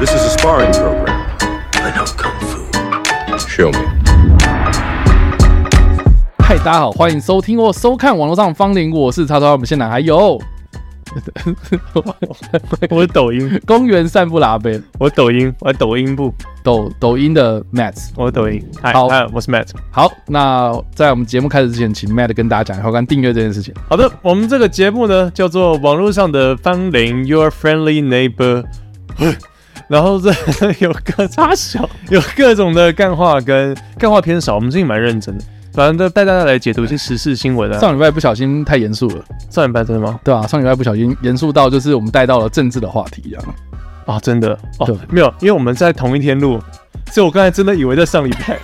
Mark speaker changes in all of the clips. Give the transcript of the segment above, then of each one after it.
Speaker 1: sparring program. I know kung fu. Show me.
Speaker 2: 嗨，大家好，欢迎收听或收看网络上芳龄，我是叉叉，我们现场还有
Speaker 3: 我是抖音，
Speaker 2: 公园散步喇呗
Speaker 3: 我抖音，我抖音部，哦
Speaker 2: 抖抖音的 Matt。
Speaker 3: 我抖音。嗨，
Speaker 2: 好
Speaker 3: 嗨，我是 Matt。
Speaker 2: 好，那在我们节目开始之前，请 Matt 跟大家讲一下关于订阅这件事情。
Speaker 3: 好的，我们这个节目呢叫做《网络上的芳邻 Your Friendly Neighbor》，然后这 有各
Speaker 2: 傻小，
Speaker 3: 有各种的干话跟干话偏少，我们最近蛮认真的。反正都带大家来解读一些时事新闻啊。上
Speaker 2: 上礼拜不小心太严肃了，
Speaker 3: 上礼拜真的吗？
Speaker 2: 对吧、啊上礼拜不小心严肃到就是我们带到了政治的话题一样。
Speaker 3: 啊，真的
Speaker 2: 对
Speaker 3: 哦，没有，因为我们在同一天录，所以我刚才真的以为在上礼 拜。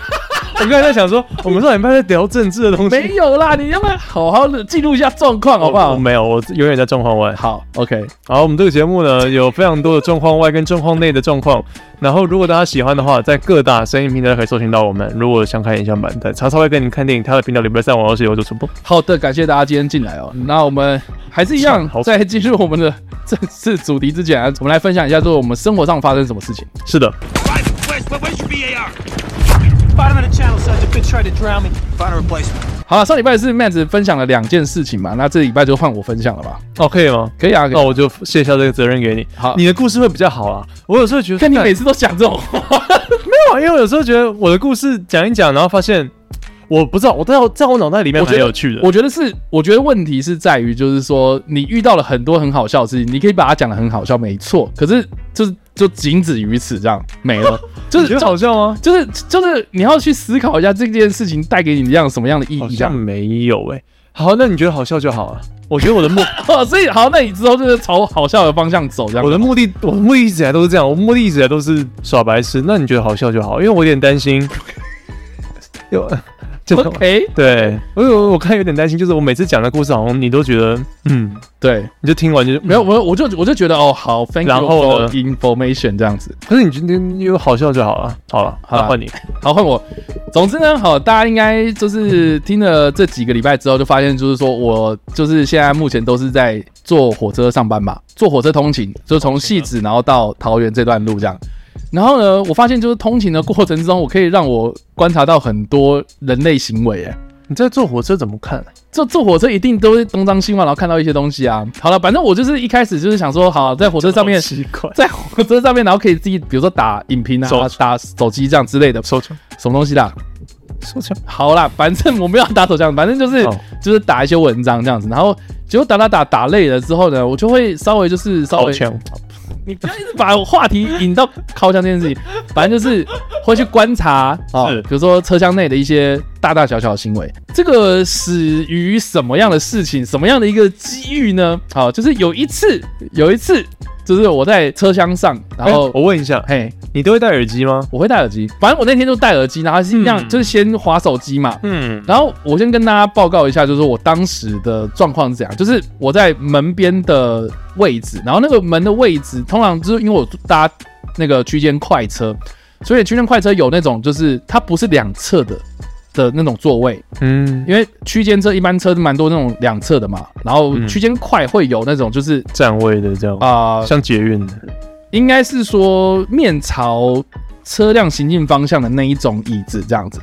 Speaker 3: 我刚才在想说，我们上礼拜在聊政治的东西，
Speaker 2: 没有啦，你要不要好好的记录一下状况好不
Speaker 3: 哦我
Speaker 2: 好
Speaker 3: 我？没有，我永远在状况外。
Speaker 2: 好，OK，
Speaker 3: 好，我们这个节目呢有非常多的状况外跟状况内的状况。然后，如果大家喜欢的话，在各大声音平台可以搜寻到我们。如果想看影像版的，常常会跟你看电影，他的频道里边在网络是有做主播。
Speaker 2: 好的，感谢大家今天进来哦。那我们还是一样，
Speaker 3: 嗯好
Speaker 2: 在进入我们的正式主题之前，我们来分享一下，说我们生活上发生什么事情。
Speaker 3: 是的，
Speaker 4: Right, where's, where's your VAR?
Speaker 5: Bottom of the channel, Sergeant. Bitch tried to drown me.
Speaker 4: Find a replacement.
Speaker 2: 好了，上礼拜是 Matt 分享了两件事情嘛，那这礼拜就换我分享了吧？
Speaker 3: 哦，可以吗？
Speaker 2: 可以啊，可
Speaker 3: 那
Speaker 2: 以。
Speaker 3: 我就卸下这个责任给你。
Speaker 2: 好
Speaker 3: 你的故事会比较好啊。我有时候觉得，
Speaker 2: 看你
Speaker 3: 干
Speaker 2: 每次都讲这种话，
Speaker 3: 没有啊，因为我有时候觉得我的故事讲一讲，然后发现我不知道，我在我在我脑袋里面
Speaker 2: 我觉
Speaker 3: 蛮
Speaker 2: 得
Speaker 3: 有趣的。
Speaker 2: 我觉得是，我觉得问题是在于，就是说你遇到了很多很好笑的事情，你可以把它讲的很好笑，没错，可是就是就仅止于此，这样没 了，就
Speaker 3: 你觉
Speaker 2: 是
Speaker 3: 得好
Speaker 2: 就
Speaker 3: 笑吗？
Speaker 2: 就是就是你要去思考一下这件事情带给你这样什么样的意
Speaker 3: 好
Speaker 2: 义，这
Speaker 3: 像
Speaker 2: 样。
Speaker 3: 没有诶、好，那你觉得好笑就好啊。我觉得 我的目
Speaker 2: 哦，所以好，那你之后就是朝好笑的方向走，这样。
Speaker 3: 我的目的，我的目的一直以来都是这样，我目的一直以来都是耍白痴。那你觉得好笑就好，因为我有点 担心，有这个
Speaker 2: OK，
Speaker 3: 对我有我看有点担心，就是我每次讲的故事好像你都觉得，嗯，
Speaker 2: 对，
Speaker 3: 你就听完就
Speaker 2: 没有，。我我就我就觉得哦，好，Thank you
Speaker 3: 嗯然后
Speaker 2: for
Speaker 3: 呢
Speaker 2: information 这样子。
Speaker 3: 可是你觉得你有好笑就好了，好了，
Speaker 2: 好啦
Speaker 3: 那换你。
Speaker 2: 好，换我。总之呢，好，大家应该就是听了这几个礼拜之后，就发现就是说我就是现在目前都是在坐火车上班嘛，坐火车通勤，就从戏子然后到桃园这段路这样。然后呢，我发现就是通勤的过程中，我可以让我观察到很多人类行为，哎，
Speaker 3: 你在坐火车怎么看？
Speaker 2: 坐坐火车一定都是东张西望，然后看到一些东西啊。好了，反正我就是一开始就是想说，好，在火车上面
Speaker 3: 好，奇怪，
Speaker 2: 在火车上面，然后可以自己比如说打影评啊
Speaker 3: 手，
Speaker 2: 打手机这样之类的，
Speaker 3: 手枪，
Speaker 2: 什么东西啦？
Speaker 3: 手枪，
Speaker 2: 好啦，反正我没有打手枪，反正就是、
Speaker 3: 哦
Speaker 2: 就是打一些文章这样子，然后结果打打打打累了之后呢，我就会稍微就是稍
Speaker 3: 好
Speaker 2: 微，
Speaker 3: 强，
Speaker 2: 你不要一直把话题引到靠枪这件事情， 反正就是会去观察啊、哦
Speaker 3: 是
Speaker 2: 比如说车厢内的一些大大小小的行为，这个始于什么样的事情，什么样的一个机遇呢？好、就是有一次，有一次就是我在车厢上，然后、
Speaker 3: 哎我问一下，
Speaker 2: 嘿，
Speaker 3: 你都会戴耳机吗？
Speaker 2: 我会戴耳机，反正我那天就戴耳机，然后是一样、
Speaker 3: 嗯
Speaker 2: 就是先划手机嘛，
Speaker 3: 嗯，
Speaker 2: 然后我先跟大家报告一下，就是我当时的状况是怎样，就是我在门边的位置，然后那个门的位置通常就是因为我搭那个区间快车，所以区间快车有那种就是它不是两侧的的那种座位，
Speaker 3: 嗯，
Speaker 2: 因为区间车一般车蛮多那种两侧的嘛，然后
Speaker 3: 嗯
Speaker 2: 区间快会有那种就是
Speaker 3: 站位的这样，
Speaker 2: 啊、
Speaker 3: 像捷运的，
Speaker 2: 应该是说面朝车辆行进方向的那一种椅子这样子。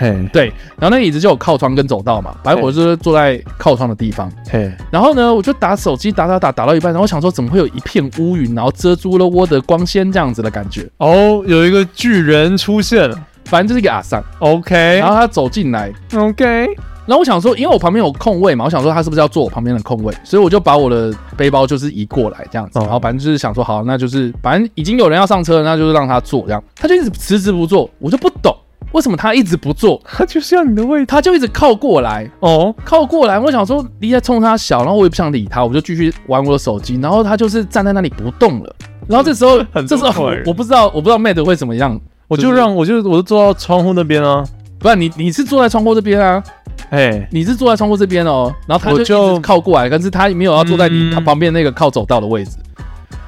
Speaker 3: 嘿，
Speaker 2: 对，然后那个椅子就有靠窗跟走道嘛，反正我就是坐在靠窗的地方。
Speaker 3: 嘿，
Speaker 2: 然后呢，我就打手机打打打打到一半，然后我想说怎么会有一片乌云，然后遮住了我的光线这样子的感觉。
Speaker 3: 哦，有一个巨人出现了啊
Speaker 2: 反正就是一个阿桑，
Speaker 3: ，OK，
Speaker 2: 然后他走进来，
Speaker 3: OK，
Speaker 2: 然后我想说，因为我旁边有空位嘛，我想说他是不是要坐我旁边的空位，所以我就把我的背包就是移过来这样子，
Speaker 3: 哦
Speaker 2: 然后反正就是想说好，那就是反正已经有人要上车了，那就是让他坐这样。他就一直迟迟不坐，我就不懂为什么他一直不坐，
Speaker 3: 他就是要你的位置
Speaker 2: 他就一直靠过来，
Speaker 3: 哦，
Speaker 2: 靠过来，我想说离他冲他小，然后我也不想理他，我就继续玩我的手机，然后他就是站在那里不动了。然后这时候，
Speaker 3: 很
Speaker 2: 这时候
Speaker 3: 痛
Speaker 2: 我
Speaker 3: 哎
Speaker 2: 我不知道，我不知道 Mate 会怎么样，
Speaker 3: 我
Speaker 2: 就
Speaker 3: 就是让我就我就坐到窗户那边啊，
Speaker 2: 不然你你是坐在窗户这边啊，
Speaker 3: 哎，
Speaker 2: 你是坐在窗户这边哦，然后他就
Speaker 3: 我就
Speaker 2: 一直靠过来，但是他没有要坐在你
Speaker 3: 嗯
Speaker 2: 他旁边那个靠走道的位置。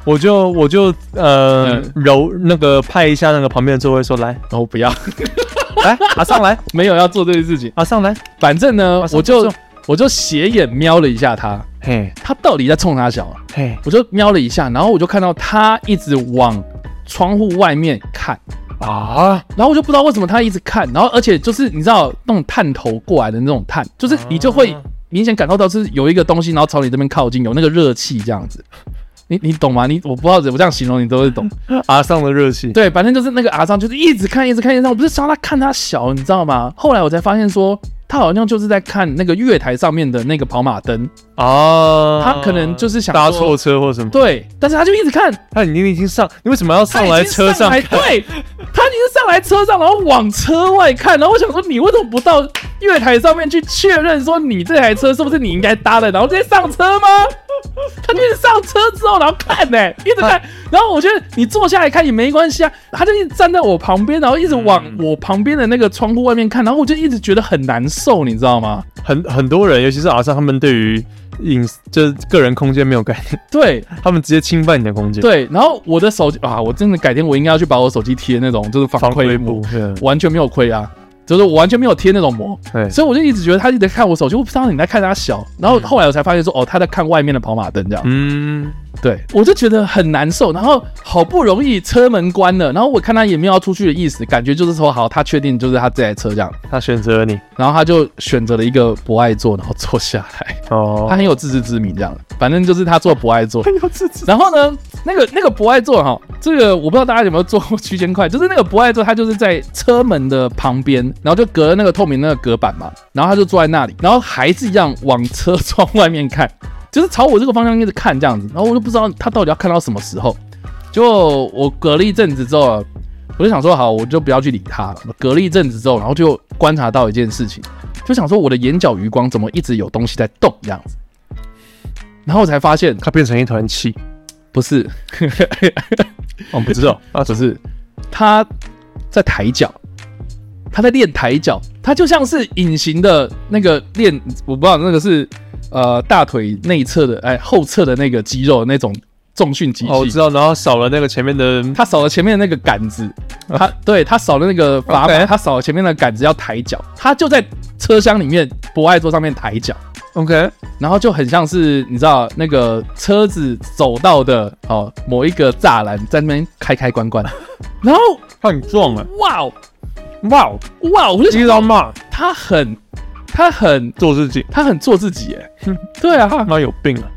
Speaker 3: 我就我就呃
Speaker 2: 嗯
Speaker 3: 揉那个拍一下那个旁边的座位说来
Speaker 2: 然后不要，
Speaker 3: 来啊上来
Speaker 2: 没有要做这件事情。
Speaker 3: 啊上来，
Speaker 2: 反正呢
Speaker 3: 啊，
Speaker 2: 我
Speaker 3: 上
Speaker 2: 就
Speaker 3: 上
Speaker 2: 我就斜眼瞄了一下他，
Speaker 3: 嘿
Speaker 2: 他到底在冲他小啊？
Speaker 3: 嘿
Speaker 2: 我就瞄了一下，然后我就看到他一直往窗户外面看，
Speaker 3: 啊，
Speaker 2: 然后我就不知道为什么他一直看，然后而且就是你知道那种探头过来的那种探，就是你就会明显感受到是有一个东西，然后朝你这边靠近，有那个热气这样子。你你懂吗？你我不知道怎么这样形容，你都会懂。
Speaker 3: 阿尚的啊热气，
Speaker 2: 对，反正就是那个阿张，就是一直看，一直看，一直看。我不是想他看他小，你知道吗？后来我才发现说，他好像就是在看那个月台上面的那个跑马灯，
Speaker 3: 啊，
Speaker 2: 他可能就是想
Speaker 3: 搭
Speaker 2: 说
Speaker 3: 错车或什么。
Speaker 2: 对，但是他就一直看，
Speaker 3: 他你已经上，你为什么要
Speaker 2: 他
Speaker 3: 上
Speaker 2: 已
Speaker 3: 来
Speaker 2: 经
Speaker 3: 车上
Speaker 2: 上来
Speaker 3: 看？
Speaker 2: 对，他已经上来车上，然后往车外看，然后我想说，你为什么不到月台上面去确认说你这台车是不是你应该搭的，然后直接上车 吗？他就是上车之后，然后看呢、一直看，然后我觉得你坐下来看也没关系啊，他就一直站在我旁边，然后一直往
Speaker 3: 嗯
Speaker 2: 我旁边的那个窗户外面看，然后我就一直觉得很难受，你知道吗？
Speaker 3: 很很多人，尤其是阿尚，他们对于隐私就是个人空间没有概念，
Speaker 2: 对，
Speaker 3: 他们直接侵犯你的空间。，
Speaker 2: 对，然后我的手机啊，我真的改天我应该要去把我手机贴那种就是防
Speaker 3: 防
Speaker 2: 窥
Speaker 3: 窥
Speaker 2: 膜
Speaker 3: 膜对，
Speaker 2: 完全没有窥啊，就是我完全没有贴那种膜，
Speaker 3: 对
Speaker 2: 所以我就一直觉得他一直在看我手机，我不知道你在看他小，然后后来我才发现说哦他在看外面的跑马灯这样，
Speaker 3: 嗯，
Speaker 2: 对我就觉得很难受，然后好不容易车门关了，然后我看他也没有要出去的意思，感觉就是说好他确定就是他这台车这样，
Speaker 3: 他选择了你
Speaker 2: 然后他就选择了一个不爱坐，然后坐下来，他
Speaker 3: 哦，
Speaker 2: 很有自知之明这样，反正就是他做不爱坐。
Speaker 3: 有自己
Speaker 2: 然后呢，那个那个博爱座哈，这个我不知道大家有没有坐过区间快，就是那个博爱座，它就是在车门的旁边，然后就隔了那个透明那个隔板嘛，然后他就坐在那里，然后还是一样往车窗外面看，就是朝我这个方向一直看这样子，然后我就不知道他到底要看到什么时候。就我隔了一阵子之后，啊我就想说好，我就不要去理他了。隔了一阵子之后，然后就观察到一件事情，就想说我的眼角余光怎么一直有东西在动这样子，然后我才发现
Speaker 3: 他变成一团气。
Speaker 2: 不是。
Speaker 3: 我不知 道啊，
Speaker 2: 不是，他在抬脚，他在练抬脚，他就像是隐形的那个练，我不知道那个是呃大腿内侧的哎后侧的那个肌肉那种重训机器。
Speaker 3: 哦，我知道，然后少了那个前面的
Speaker 2: 他少了前面那个杆子，他对他少了那个砝码，
Speaker 3: OK
Speaker 2: 他少了前面的杆子要抬脚，他就在车厢里面博爱座上面抬脚，
Speaker 3: OK，
Speaker 2: 然后就很像是你知道那个车子走到的哦某一个栅栏在那边开开关关，然后
Speaker 3: 他很壮啊，
Speaker 2: 哇哦
Speaker 3: 哇哦，
Speaker 2: 哇，我就觉
Speaker 3: 一
Speaker 2: 得
Speaker 3: 刀骂
Speaker 2: 他很，他很，
Speaker 3: 做自己，
Speaker 2: 他很做自己哎。对啊，
Speaker 3: 他妈有病啊！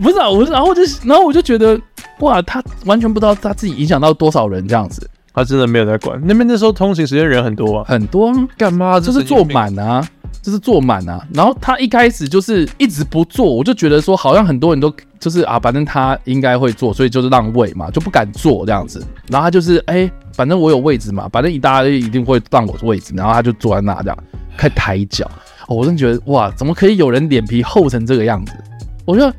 Speaker 2: 不是啊，我然后我就然后我就觉得哇，他完全不知道他自己影响到多少人这样子，
Speaker 3: 他真的没有在管。那边那时候通行时间人很多啊，
Speaker 2: 很多啊
Speaker 3: 干嘛？
Speaker 2: 就是
Speaker 3: 神经
Speaker 2: 坐
Speaker 3: 病
Speaker 2: 满啊，就是坐满啊。然后他一开始就是一直不坐，我就觉得说好像很多人都就是啊，反正他应该会坐，所以就是让位嘛，就不敢坐这样子。然后他就是哎、反正我有位置嘛，反正一大家就一定会让我位置，然后他就坐在那这样开始抬脚。哦，我真的觉得哇，怎么可以有人脸皮厚成这个样子？我觉得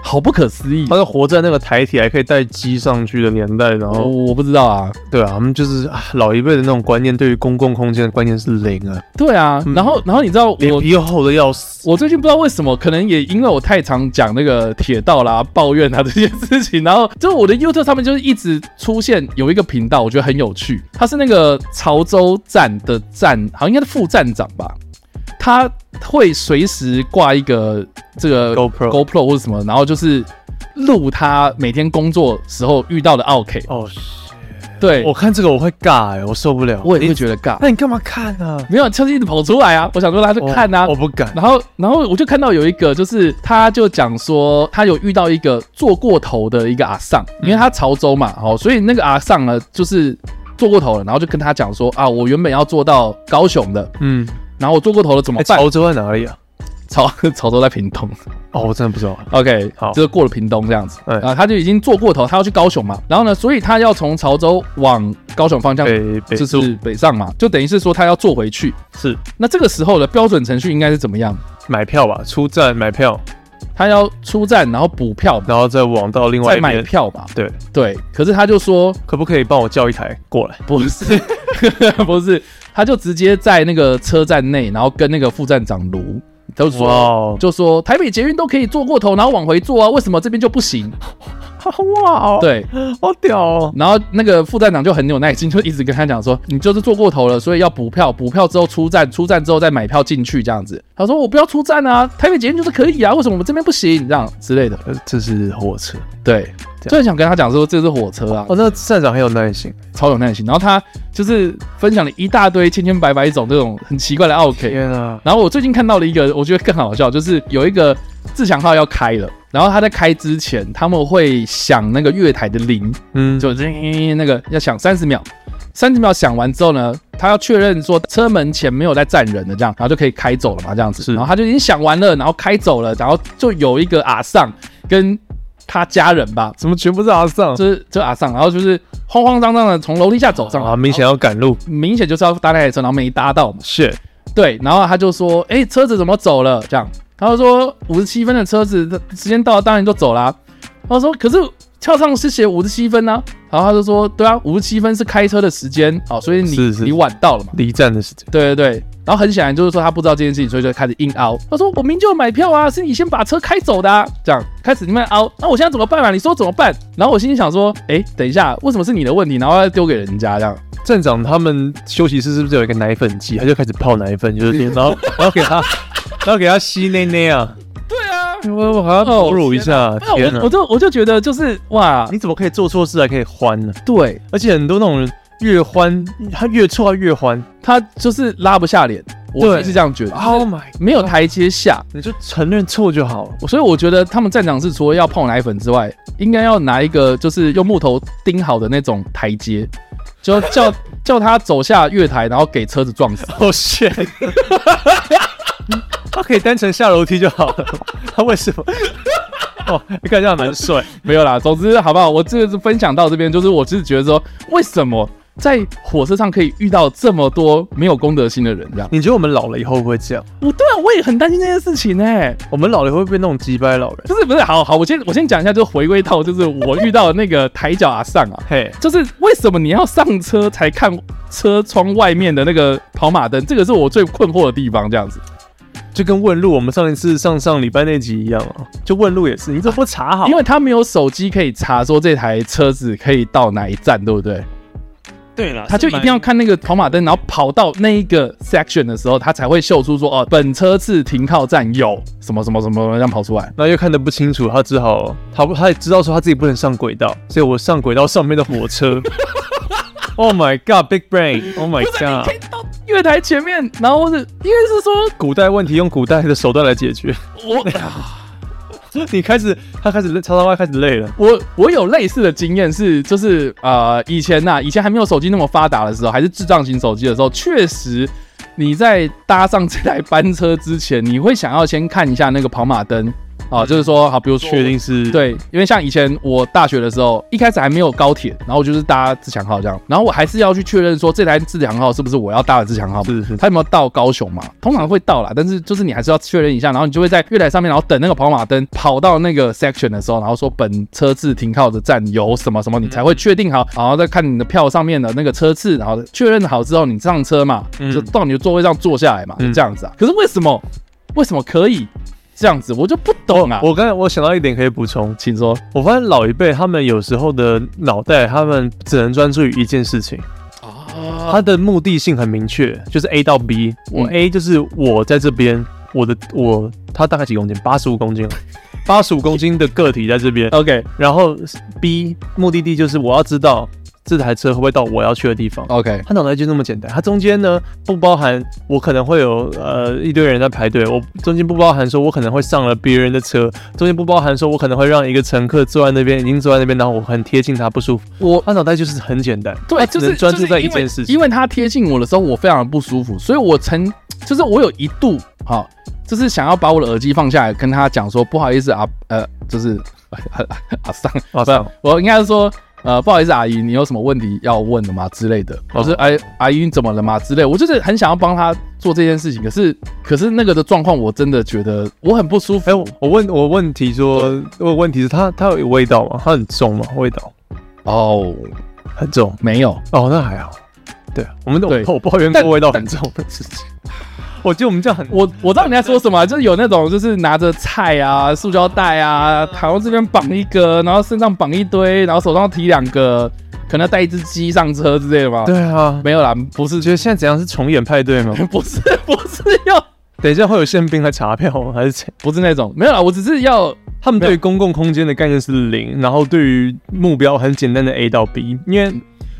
Speaker 2: 好不可思议。
Speaker 3: 他是活在那个台铁还可以带鸡上去的年代，然
Speaker 2: 我
Speaker 3: 后
Speaker 2: 我不知道啊，
Speaker 3: 对啊，他们就是啊老一辈的那种观念，对于公共空间的观念是零啊，
Speaker 2: 对啊，然后然后你知道我
Speaker 3: 脸皮厚的要死。
Speaker 2: 我最近不知道为什么，可能也因为我太常讲那个铁道啦、抱怨啊这 些事情，然后就是我的 YouTube 上面就是一直出现有一个频道，我觉得很有趣，他是那个潮州站的站，好像应该是副站长吧，他会随时挂一个这个
Speaker 3: GoPro
Speaker 2: GoPro 或者什么，然后就是录他每天工作时候遇到的 OK，
Speaker 3: 哦，
Speaker 2: 对
Speaker 3: 哎我看这个我会尬哎、我受不了。
Speaker 2: 我也会
Speaker 3: 得，
Speaker 2: 觉得尬，
Speaker 3: 哦那你干嘛看啊？
Speaker 2: 没有，就是一直跑出来啊，我想说他就看啊，
Speaker 3: 我我不敢。
Speaker 2: 然后，然后我就看到有一个，就是他就讲说，他有遇到一个做过头的一个阿尚，因为他潮州嘛，哦，所以那个阿尚呢，就是做过头了，然后就跟他讲说啊，我原本要做到高雄的，
Speaker 3: 嗯，
Speaker 2: 然后我做过头了怎么
Speaker 3: 哎、
Speaker 2: 办？
Speaker 3: 潮州在哪里啊？
Speaker 2: 潮潮州在屏 东
Speaker 3: 哦，我真的不知道。
Speaker 2: ，OK，
Speaker 3: 好
Speaker 2: 就是过了屏东这样子，
Speaker 3: 哎
Speaker 2: 然后他就已经做过头，他要去高雄嘛，然后呢，所以他要从潮州往高雄方向，
Speaker 3: 北北
Speaker 2: 就是北上嘛，就等于是说他要坐回去。
Speaker 3: 是
Speaker 2: 那这个时候的标准程序应该是怎么样？
Speaker 3: 买票吧，出站买票，
Speaker 2: 他要出站，然后补票嘛。
Speaker 3: 然后再往到另外
Speaker 2: 再
Speaker 3: 一
Speaker 2: 买
Speaker 3: 边。
Speaker 2: 票嘛。
Speaker 3: 对，
Speaker 2: 对，可是他就说
Speaker 3: 可不可以帮我叫一台过来？
Speaker 2: 不是， 不是，他就直接在那个车站内，然后跟那个副站长卢都
Speaker 3: 哇
Speaker 2: 说，
Speaker 3: 哦，
Speaker 2: 就说台北捷运都可以坐过头，然后往回坐啊，为什么这边就不 行？
Speaker 3: 哇哦，，
Speaker 2: 对，
Speaker 3: 好屌哦。
Speaker 2: 然后那个副站长就很有耐心，就一直跟他讲说，你就是坐过头了，所以要补票，补票之后出站，出站之后再买票进去这样子。他说我不要出站啊，台北捷运就是可以啊，为什么我们这边不行？这样之类的。
Speaker 3: 呃这是火车，
Speaker 2: 对，
Speaker 3: 这
Speaker 2: 就
Speaker 3: 样。
Speaker 2: 很想跟他讲说这是火车啊，
Speaker 3: 哦，那站长很有耐心，
Speaker 2: 超有耐心。然后他就是分享了一大堆千千百百种这种很奇怪的 OK，
Speaker 3: 天啊！
Speaker 2: 然后我最近看到了一个，我觉得更好笑，就是有一个自强号要开了，然后他在开之前，他们会响那个月台的铃，
Speaker 3: 嗯，
Speaker 2: 就叮那个要响三十秒，三十秒响完之后呢，他要确认说车门前没有在站人的这样，然后就可以开走了嘛，这样子。
Speaker 3: 是
Speaker 2: 然后他就已经响完了，然后开走了，然后就有一个阿尚跟他家人吧，
Speaker 3: 怎么全部是阿尚
Speaker 2: 就是就阿尚，然后就是慌慌张张的从楼梯下走上来，
Speaker 3: 啊？明显要赶路
Speaker 2: 明显就是要搭那台车，然后没搭到嘛。
Speaker 3: ，shit，
Speaker 2: 对，然后他就说：“哎、车子怎么走了？”这样，他就说：“五十七分的车子，时间到了，当然就走啦、然后说：“可是跳上是写五十七分呢、啊然后他就说：“对啊，五十七分是开车的时间，哦，所以你
Speaker 3: 是是
Speaker 2: 你晚到了嘛。
Speaker 3: 离站的时间”。
Speaker 2: 对对对，然后很显然就是说他不知道这件事情，所以就开始硬凹。他说：“我明明就有买票啊，是你先把车开走的、啊。”这样开始你们凹，那我现在怎么办啊？你说怎么办？然后我心里想说：“哎，等一下，为什么是你的问题？然后要丢给人家这样？”
Speaker 3: 站长他们休息室是不是有一个奶粉机？他就开始泡奶粉，就是 然后然后给他，然后给他吸内内啊！
Speaker 2: 对啊，
Speaker 3: 我我还要
Speaker 2: 哦
Speaker 3: 哺乳一下，
Speaker 2: 那
Speaker 3: 天
Speaker 2: 我我
Speaker 3: 啊！
Speaker 2: 就我就觉得就是哇，
Speaker 3: 你怎么可以做错事还可以欢呢？
Speaker 2: 对。
Speaker 3: 而且很多那种人越欢，他越错他越欢。
Speaker 2: 他就是拉不下脸，我
Speaker 3: 对
Speaker 2: 是这样觉得，
Speaker 3: Oh my！
Speaker 2: 没有台阶下，
Speaker 3: 你就承认错就好了。
Speaker 2: 所以我觉得他们站长是除了要碰奶粉之外，应该要拿一个就是用木头钉好的那种台阶，就叫叫他走下月台，然后给车子撞死。
Speaker 3: 哦、shit！他可以单纯下楼梯就好了，他为什么？ 哦，你看这样蛮帅。
Speaker 2: 没有啦，总之好不好？我这个是分享到这边，就是我只是觉得说，为什么在火车上可以遇到这么多没有公德心的人？这样，
Speaker 3: 你觉得我们老了以后会不会这样？
Speaker 2: 我对啊，我也很担心这件事情哎、
Speaker 3: 我们老了会不会变那种鸡掰老人？
Speaker 2: 不是不是，好好，我先我先讲一下，就回归到就是我遇到的那个抬脚阿上啊，
Speaker 3: 嘿，
Speaker 2: 就是为什么你要上车才看车窗外面的那个跑马灯？这个是我最困惑的地方。这样子，
Speaker 3: 就跟问路，我们上一次上上礼拜那集一样啊，就问路也是，你怎么不查好
Speaker 2: 因？为他没有手机可以查说这台车子可以到哪一站，对不对？
Speaker 6: 对了，
Speaker 2: 他就是一
Speaker 6: 蛮
Speaker 2: 定要看那个跑马灯，然后跑到那一个 section 的时候，他才会秀出说哦，本车次停靠站有什么什么什么这样跑出来。
Speaker 3: 然后又看得不清楚，他只好他不他也知道说他自己不能上轨道，所以我上轨道上面的 火车。oh my god，big brain！Oh Oh my
Speaker 2: 不是，你
Speaker 3: god！
Speaker 2: 可以到月台前面，然后或者应该是说
Speaker 3: 古代问题用古代的手段来解决。
Speaker 2: 我
Speaker 3: 你开始，他开始累，叉叉 Y 开始累了。
Speaker 2: 我我有类似的经验是，就是呃，以前呐、以前还没有手机那么发达的时候，还是智障型手机的时候，确实你在搭上这台班车之前，你会想要先看一下那个跑马灯啊、就是说，好，比如说
Speaker 3: 确定是，
Speaker 2: 对，因为像以前我大学的时候，一开始还没有高铁，然后我就是搭自强号这样，然后我还是要去确认说这台自强号是不是我要搭的自强号嘛，
Speaker 3: 是是
Speaker 2: 它有没有到高雄嘛？通常会到啦，但是就是你还是要确认一下，然后你就会在月台上面，然后等那个跑马灯跑到那个 section 的时候，然后说本车次停靠的站有什么什么，你
Speaker 3: 嗯
Speaker 2: 才会确定好，然后再看你的票上面的那个车次，然后确认好之后你上车嘛，
Speaker 3: 嗯
Speaker 2: 就到你的座位上坐下来嘛，就这样子啊。可是为什么为什么可以这样子？我就不懂啊。
Speaker 3: 我刚才我想到一点可以补充，
Speaker 2: 请说。
Speaker 3: 我发现老一辈他们有时候的脑袋，他们只能专注于一件事情。他的目的性很明确，就是 A 到 B。我
Speaker 2: 嗯
Speaker 3: A 就是我在这边，我的我他大概几公斤？八十五公斤， 八十五公斤的个体在这边。
Speaker 2: OK
Speaker 3: 然后 B 目的地就是我要知道这台车会不会到我要去的地方。
Speaker 2: OK，
Speaker 3: 他脑袋就那么简单，他中间呢不包含我可能会有呃一堆人在排队，我中间不包含说我可能会上了别人的车，中间不包含说我可能会让一个乘客坐在那边，已经坐在那边，然后我很贴近他不舒服。
Speaker 2: 我
Speaker 3: 他脑袋就是很简单，
Speaker 2: 啊对，
Speaker 3: 他
Speaker 2: 就
Speaker 3: 啊只
Speaker 2: 是
Speaker 3: 能专注在一
Speaker 2: 就是因为
Speaker 3: 件事情。
Speaker 2: 因为他贴近我的时候，我非常的不舒服，所以我曾就是我有一度哈、就是想要把我的耳机放下来，跟他讲说不好意思啊，呃，就是 阿阿桑，
Speaker 3: 马上
Speaker 2: 我应该是说。呃，不好意思，阿姨，你有什么问题要问的吗之类的？我
Speaker 3: 哦
Speaker 2: 是哎，阿姨你怎么了吗之类，我就是很想要帮他做这件事情，可是可是那个的状况，我真的觉得我很不舒服。
Speaker 3: 哎、我我问我问题说，我问题是它它有味道吗？它很重吗？味道
Speaker 2: 哦，
Speaker 3: 很重
Speaker 2: 没有，
Speaker 3: 哦，那还好。对，我们都
Speaker 2: 对
Speaker 3: 我抱怨
Speaker 2: 但
Speaker 3: 过味道很重的事情。 我觉得我们这样很
Speaker 2: 我我知道你在说什么，就是有那种就是拿着菜啊、塑胶袋啊，然后这边绑一个，然后身上绑一堆，然后手上提两个，可能要带一只鸡上车之类的吧。，
Speaker 3: 对啊，
Speaker 2: 没有啦，不是，
Speaker 3: 你觉得现在怎样是重演派对吗？
Speaker 2: 不是，不是要
Speaker 3: 等一下会有宪兵来查票吗？还是怎样
Speaker 2: 不是那种没有啦，我只是要
Speaker 3: 他们
Speaker 2: 没有
Speaker 3: 对公共空间的概念是零，然后对于目标很简单的 A 到 B，因为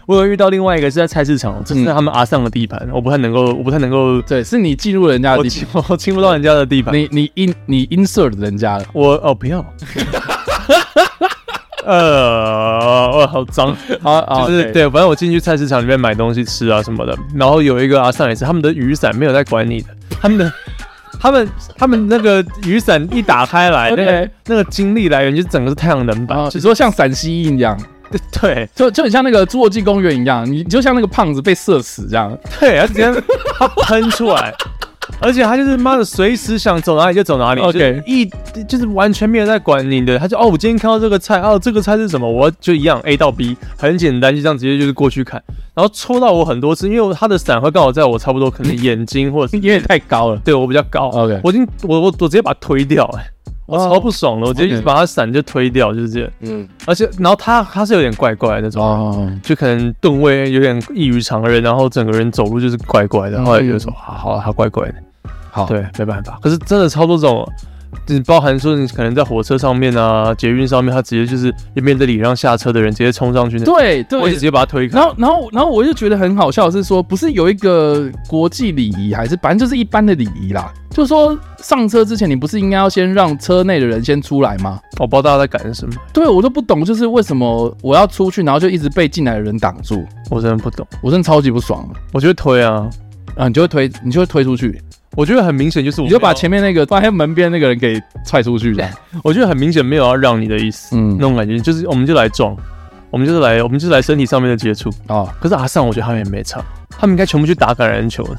Speaker 3: 我有遇到另外一个是在菜市场，这是
Speaker 2: 嗯
Speaker 3: 他们阿尚的地盘，我不太能够，我不太能够，
Speaker 2: 对，是你进入人家的
Speaker 3: 我
Speaker 2: 地
Speaker 3: 侵 我侵不到人家的地盘，
Speaker 2: 你你 in 你 insert 人家了，
Speaker 3: 我哦不要， 呃，我好脏。
Speaker 2: 好啊，
Speaker 3: 就是对，反正我进去菜市场里面买东西吃啊什么的，然后有一个阿上也是，他们的雨伞没有在管你的，他们的。他们他们那个雨伞一打开来，那个
Speaker 2: OK
Speaker 3: 那个精力来源就是整个是太阳能板
Speaker 2: 啊，，
Speaker 3: 就
Speaker 2: 你
Speaker 3: 是
Speaker 2: 说像陕西一样，
Speaker 3: 对
Speaker 2: 就就很像那个侏罗纪公园一样，你你就像那个胖子被射死这样，
Speaker 3: 对，他直接他喷出来，而且他就是妈的随时想走哪里就走哪里
Speaker 2: OK
Speaker 3: 就是一就是完全没有在管你的，他就哦我今天看到这个菜哦这个菜是什么，我就一样 A 到 B，很简单，就这样直接就是过去看，然后戳到我很多次，因为他的伞会刚好在我差不多可能眼睛或者是
Speaker 2: 因为太高了。
Speaker 3: 对我比较高
Speaker 2: OK
Speaker 3: 我已经我我我直接把它推掉、欸，我超不爽的，我直接
Speaker 2: OK
Speaker 3: 把它伞就推掉，就是这样。
Speaker 2: 哦嗯，
Speaker 3: 而且然后他他是有点怪怪的那种，
Speaker 2: 哦，
Speaker 3: 就可能吨位有点异于常人，然后整个人走路就是怪怪的，
Speaker 2: 嗯
Speaker 3: 后来就说好啊好了，他怪怪的，
Speaker 2: 好，
Speaker 3: 对，没办法。可是真的超多这种。就是包含说，你可能在火车上面啊、捷运上面，他直接就是也没得礼让下车的人，直接冲上去那，
Speaker 2: 对
Speaker 3: 我也
Speaker 2: 对。
Speaker 3: 直接把他推开。
Speaker 2: 然后，然后，然后我就觉得很好笑，的是说不是有一个国际礼仪，还是反正就是一般的礼仪啦，就是说上车之前你不是应该要先让车内的人先出来吗？
Speaker 3: 我不知道大家在赶什么，
Speaker 2: 对我都不懂，就是为什么我要出去，然后就一直被进来的人挡住，
Speaker 3: 我真的不懂。
Speaker 2: 我真的超级不爽。
Speaker 3: 我觉得推啊，
Speaker 2: 啊，你就会推，你就会推出去，
Speaker 3: 我觉得很明显就是我
Speaker 2: 你就把
Speaker 3: 没有啊
Speaker 2: 前面那个放在门边那个人给踹出去的。
Speaker 3: 我觉得很明显没有要让你的意思，
Speaker 2: 嗯
Speaker 3: 那种感觉就是我们就来撞，我们就是来我们就是来身体上面的接触。
Speaker 2: 哦
Speaker 3: 可是阿尚，我觉得他们也没差，他们应该全部去打橄榄球的，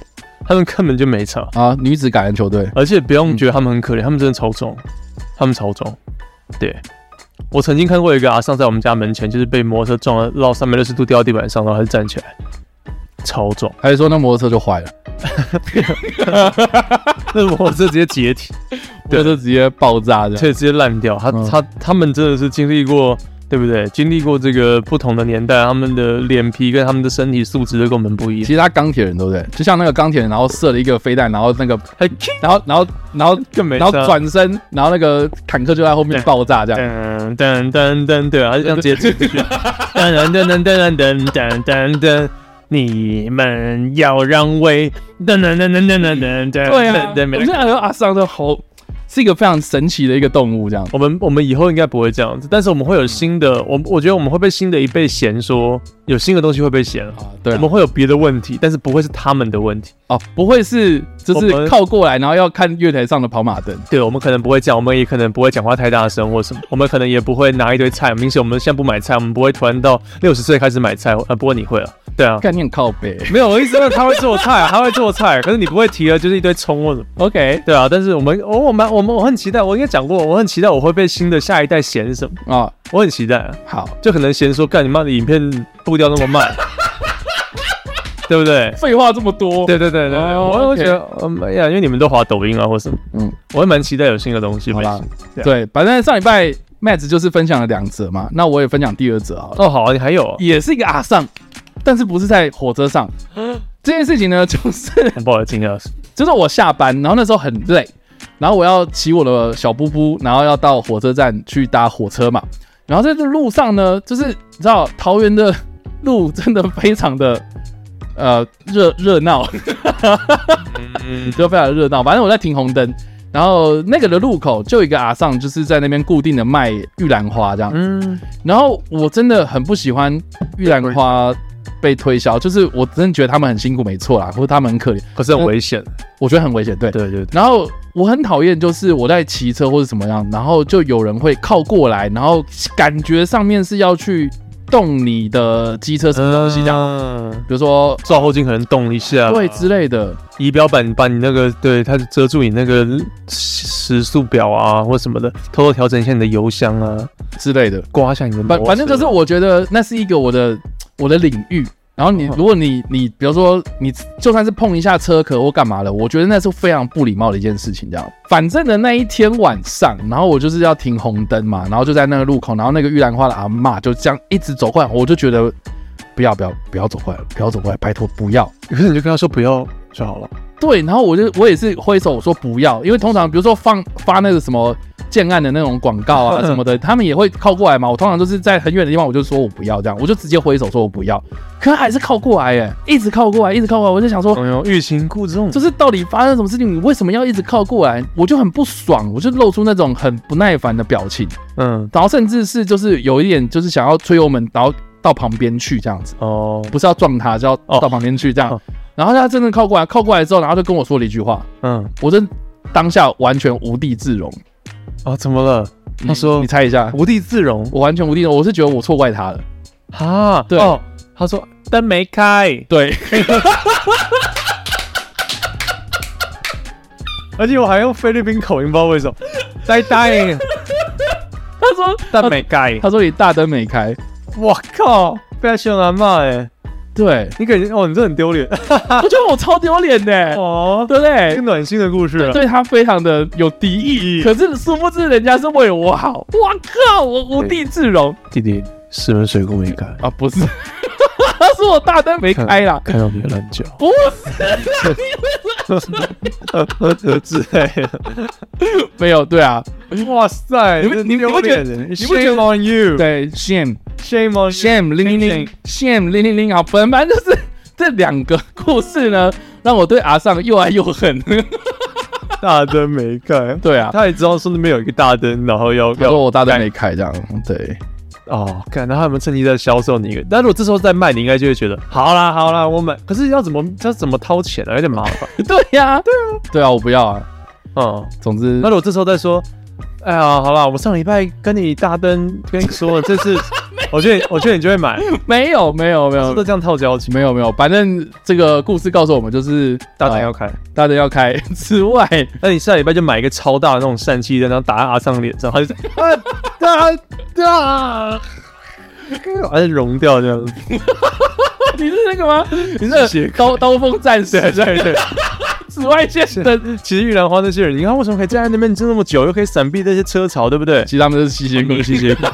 Speaker 3: 他们根本就没差，
Speaker 2: 啊，女子橄榄球队，
Speaker 3: 而且不用觉得他们很可怜，他们真的超重，他们超重。对，我曾经看过一个阿尚在我们家门前，就是被摩托车撞了，绕三百六十度掉到地板上，然后他就站起来，超重，
Speaker 2: 还是说那摩托车就坏了，
Speaker 3: 那摩托车直接解 体，
Speaker 2: 对，就直接爆炸这
Speaker 3: 所
Speaker 2: 样。
Speaker 3: 以直接烂掉。他、
Speaker 2: 嗯
Speaker 3: 他他们真的是经历过，对不对？经历过这个不同的年代，他们的脸皮跟他们的身体素质都跟我们不一
Speaker 2: 其
Speaker 3: 样。
Speaker 2: 实他钢铁人对不对？就像那个钢铁人，然后射了一个飞弹，然后那个，
Speaker 3: 还
Speaker 2: 然后然后然后
Speaker 3: 更没啊
Speaker 2: 然后
Speaker 3: 差
Speaker 2: 转身，然后那个坦克就在后面
Speaker 3: 对
Speaker 2: 爆炸这样。
Speaker 3: 噔噔噔噔，对啊，他就这样直接进去。噔噔噔噔噔噔噔噔噔，你们要让位。噔噔噔噔噔噔噔噔，
Speaker 2: 对啊，
Speaker 3: 噔
Speaker 2: 我现在觉得阿桑的好是一个非常神奇的一个动物这样。
Speaker 3: 我们我们以后应该不会这样子，但是我们会有新的，我我觉得我们会被新的一辈嫌说有新的东西会被嫌了，
Speaker 2: 啊，对
Speaker 3: 我
Speaker 2: 啊
Speaker 3: 们会有别的问题，但是不会是他们的问题。
Speaker 2: 哦，不会是就
Speaker 3: 我
Speaker 2: 是
Speaker 3: 们啊
Speaker 2: 靠过来，然后要看月台上的跑马灯。
Speaker 3: 对，我们可能不会讲，我们也可能不会讲话太大声或什么，我们可能也不会拿一堆菜。明显我们现在不买菜，我们不会突然到六十岁开始买菜。呃，不过你会了，对啊，
Speaker 2: 概念靠背。
Speaker 3: 没有，我意思是他会做菜，他会做菜，可是你不会提了，就是一堆葱或什么。
Speaker 2: OK
Speaker 3: 对啊，但是我们我我蛮我们我很期待，我应该讲过，我很期待我会被新的下一代嫌什么，
Speaker 2: 啊，
Speaker 3: 我很期待、啊，
Speaker 2: 好，
Speaker 3: 就可能嫌说干你妈的影片步调那 么慢，对不对？
Speaker 2: 废话这么多，
Speaker 3: 对对对对，
Speaker 2: 哦
Speaker 3: 我我
Speaker 2: OK
Speaker 3: 觉得，嗯，哎呀，因为你们都滑抖音啊或什么，
Speaker 2: 嗯
Speaker 3: 嗯，我也蛮期待有新的东西。
Speaker 2: 好啦，
Speaker 3: 对啊
Speaker 2: 对，反正上礼拜 Matt 就是分享了两则嘛，那我也分享第二则好了，
Speaker 3: 哦，好啊，你还有啊、
Speaker 2: 也是一个阿上，但是不是在火车 上。这件事情呢，就是
Speaker 3: 很不好听啊，
Speaker 2: 就是我下班，然后那时候很累，然后我要骑我的小布布，然后要到火车站去搭火车嘛。然后在这路上呢，就是你知道桃园的路真的非常的呃热热闹，
Speaker 3: 嗯，
Speaker 2: 就非常热闹。反正我在停红灯，然后那个的路口就有一个阿尚，就是在那边固定的卖玉兰花这样。
Speaker 3: 嗯，
Speaker 2: 然后我真的很不喜欢玉兰花被推销，就是我真的觉得他们很辛苦，没错啦，或者他们很可怜，
Speaker 3: 可是很危险，
Speaker 2: 我觉得很危险，对。
Speaker 3: 对对对，
Speaker 2: 然后我很讨厌，就是我在骑车或者怎么样，然后就有人会靠过来，然后感觉上面是要去动你的机车什么东西这样，
Speaker 3: 样，
Speaker 2: 比如说
Speaker 3: 嗯照后镜可能动一下，
Speaker 2: 对之类的，
Speaker 3: 仪表板把你那个，对，它就遮住你那个时时速表啊，或什么的，偷偷调整一下你的油箱啊，
Speaker 2: 之类的。
Speaker 3: 刮一下你的摩
Speaker 2: 反
Speaker 3: 托车。
Speaker 2: 反正就是我觉得那是一个我的我的领域。然后你
Speaker 3: 嗯
Speaker 2: 如果你你比如说你就算是碰一下车壳或干嘛的，我觉得那是非常不礼貌的一件事情。这样，反正的那一天晚上，然后我就是要停红灯嘛，然后就在那个路口，然后那个玉兰花的阿嬷就这样一直走过来，我就觉得不要不要不要走过来，不要走过来，拜托不要。
Speaker 3: 可是你就跟他说不要就好了，
Speaker 2: 对，然后我就我也是挥手我说不要，因为通常比如说放发那个什么建案的那种广告啊什么的，他们也会靠过来嘛。我通常都是在很远的地方，我就说我不要这样，我就直接挥手说我不要，可他还是靠过来哎，一直靠过来，一直靠过来，我就想说。
Speaker 3: 哎呦，欲擒故纵，
Speaker 2: 就是到底发生什么事情？你为什么要一直靠过来？我就很不爽，我就露出那种很不耐烦的表情，
Speaker 3: 嗯，
Speaker 2: 然后甚至是就是有一点就是想要推油门，然后到旁边去这样子，
Speaker 3: 哦，
Speaker 2: 不是要撞他，是要
Speaker 3: 哦
Speaker 2: 到旁边去这样
Speaker 3: 哦。
Speaker 2: 然后他真的靠过来，靠过来之后，然后就跟我说了一句话，
Speaker 3: 嗯，
Speaker 2: 我真当下完全无地自容。
Speaker 3: 哦，怎么了？他
Speaker 2: 你
Speaker 3: 说
Speaker 2: 你猜一下，
Speaker 3: 无地自容，
Speaker 2: 我完全无地自容，我是觉得我错怪他了。
Speaker 3: 哈，
Speaker 2: 对
Speaker 3: 哦，他说灯没开，
Speaker 2: 对，
Speaker 3: 而且我还用菲律宾口音，不知道为什么，呆呆，
Speaker 2: 他说
Speaker 3: 灯没开，
Speaker 2: 他说你大灯没开，
Speaker 3: 我靠，被他凶男骂哎，
Speaker 2: 对，
Speaker 3: 你感觉哦，你这很丢脸
Speaker 2: 我觉得我超丢脸的，
Speaker 3: 哦，
Speaker 2: 对不
Speaker 3: 一个
Speaker 2: 对？
Speaker 3: 暖心的故事，
Speaker 2: 对他非常的有敌意，可是殊不知人家是为了我好。我靠，我无地自容
Speaker 3: 弟弟，四门水库没开，
Speaker 2: 啊！不是， 他说我大灯没开 啦，
Speaker 3: 看到你的烂脚
Speaker 2: 不是啦， 你为什么？
Speaker 3: 之类的，
Speaker 2: 没有，对啊，
Speaker 3: 哇塞，
Speaker 2: 你不你不觉得你不觉得
Speaker 3: s h a m e on you，
Speaker 2: 对，shame。
Speaker 3: ，shame on
Speaker 2: Sham 零零零 Sham 零零零好，本班就是这两个故事呢，让我对阿尚又爱又恨。
Speaker 3: 大灯没开，
Speaker 2: 对啊，
Speaker 3: 他也知道说那边有一个大灯，然后要
Speaker 2: 他说
Speaker 3: 要
Speaker 2: 我大灯没开这样，对，
Speaker 3: 哦，看那他有没有趁机在销售你一个？但如果这时候再卖，你应该就会觉得好啦好啦，我买。可是要怎么要怎么掏钱啊？有点麻烦。
Speaker 2: 对呀，对啊，对啊，我不要啊。
Speaker 3: 嗯，
Speaker 2: 总之
Speaker 3: 那如，果这时候再说，哎呀，好啦，我上礼拜跟你大灯跟你说了，这次我觉得我觉得你就会买，
Speaker 2: 没有没有没
Speaker 3: 是都
Speaker 2: 有
Speaker 3: 这样套交情，
Speaker 2: 没有没有，反正这个故事告诉我们就是
Speaker 3: 大灯要
Speaker 2: 呃
Speaker 3: 开。
Speaker 2: 大灯要开之外，
Speaker 3: 那你下礼拜就买一个超大的那种疝气灯，然后打在阿尚脸上，他 就啊大大，还是融掉这样子。
Speaker 2: 你是那个吗？你是
Speaker 3: 谢
Speaker 2: 刀刀锋战士
Speaker 3: 对对对。
Speaker 2: 紫外线灯，
Speaker 3: 其实玉兰花那些人，你看为什么可以站在那边站那么久，又可以闪避这些车潮，对不 对？
Speaker 2: 其实他们都是吸血鬼，吸血鬼。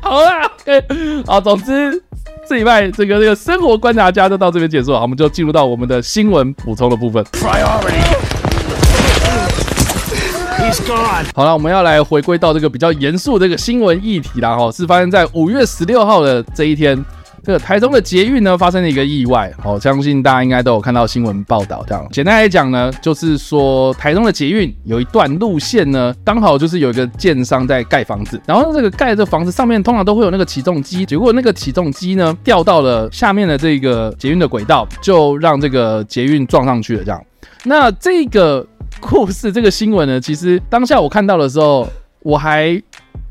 Speaker 2: 好啦，对，好，总之这礼拜这个这个生活观察家就到这边结束了，好我们就进入到我们的新闻补充的部分。
Speaker 5: He's gone.
Speaker 2: 好了，我们要来回归到这个比较严肃的这个新闻议题啦，哈，是发生在五月十六号的这一天，这个台中的捷运呢发生了一个意外，好、相信大家应该都有看到新闻报道。这样，简单来讲呢，就是说台中的捷运有一段路线呢，刚好就是有一个建商在盖房子，然后这个盖这房子上面通常都会有那个起重机，结果那个起重机呢掉到了下面的这个捷运的轨道，就让这个捷运撞上去了，这样。那这个故事，这个新闻呢，其实当下我看到的时候，我还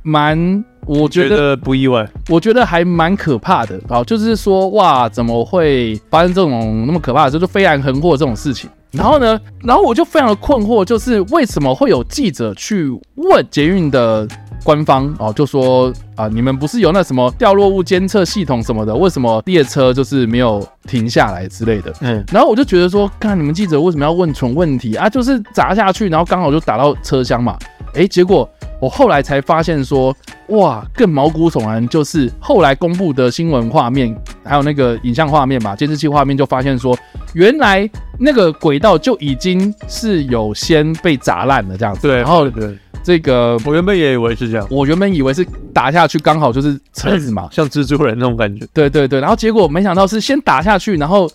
Speaker 2: 蛮，我觉
Speaker 3: 觉
Speaker 2: 得，
Speaker 3: 得不意外，
Speaker 2: 我觉得还蛮可怕的。好，就是说，哇，怎么会发生这种那么可怕的，就是飞来横祸这种事情？然后呢，然后我就非常的困惑，就是为什么会有记者去问捷运的官方哦，就说啊、你们不是有那什么掉落物监测系统什么的，为什么列车就是没有停下来之类的？
Speaker 3: 嗯，
Speaker 2: 然后我就觉得说，看你们记者为什么要问蠢问题啊？就是砸下去，然后刚好就打到车厢嘛。诶，结果我后来才发现说，哇，更毛骨悚然，就是后来公布的新闻画面，还有那个影像画面嘛，监视器画面就发现说，原来那个轨道就已经是有先被砸烂了这样子。
Speaker 3: 对
Speaker 2: 然后
Speaker 3: 对，
Speaker 2: 这个
Speaker 3: 我原本也以为是这样，
Speaker 2: 我原本以为是打下去刚好就是车子嘛，
Speaker 3: 像蜘蛛人那种感觉，
Speaker 2: 对对对，然后结果没想到是先打下去，然后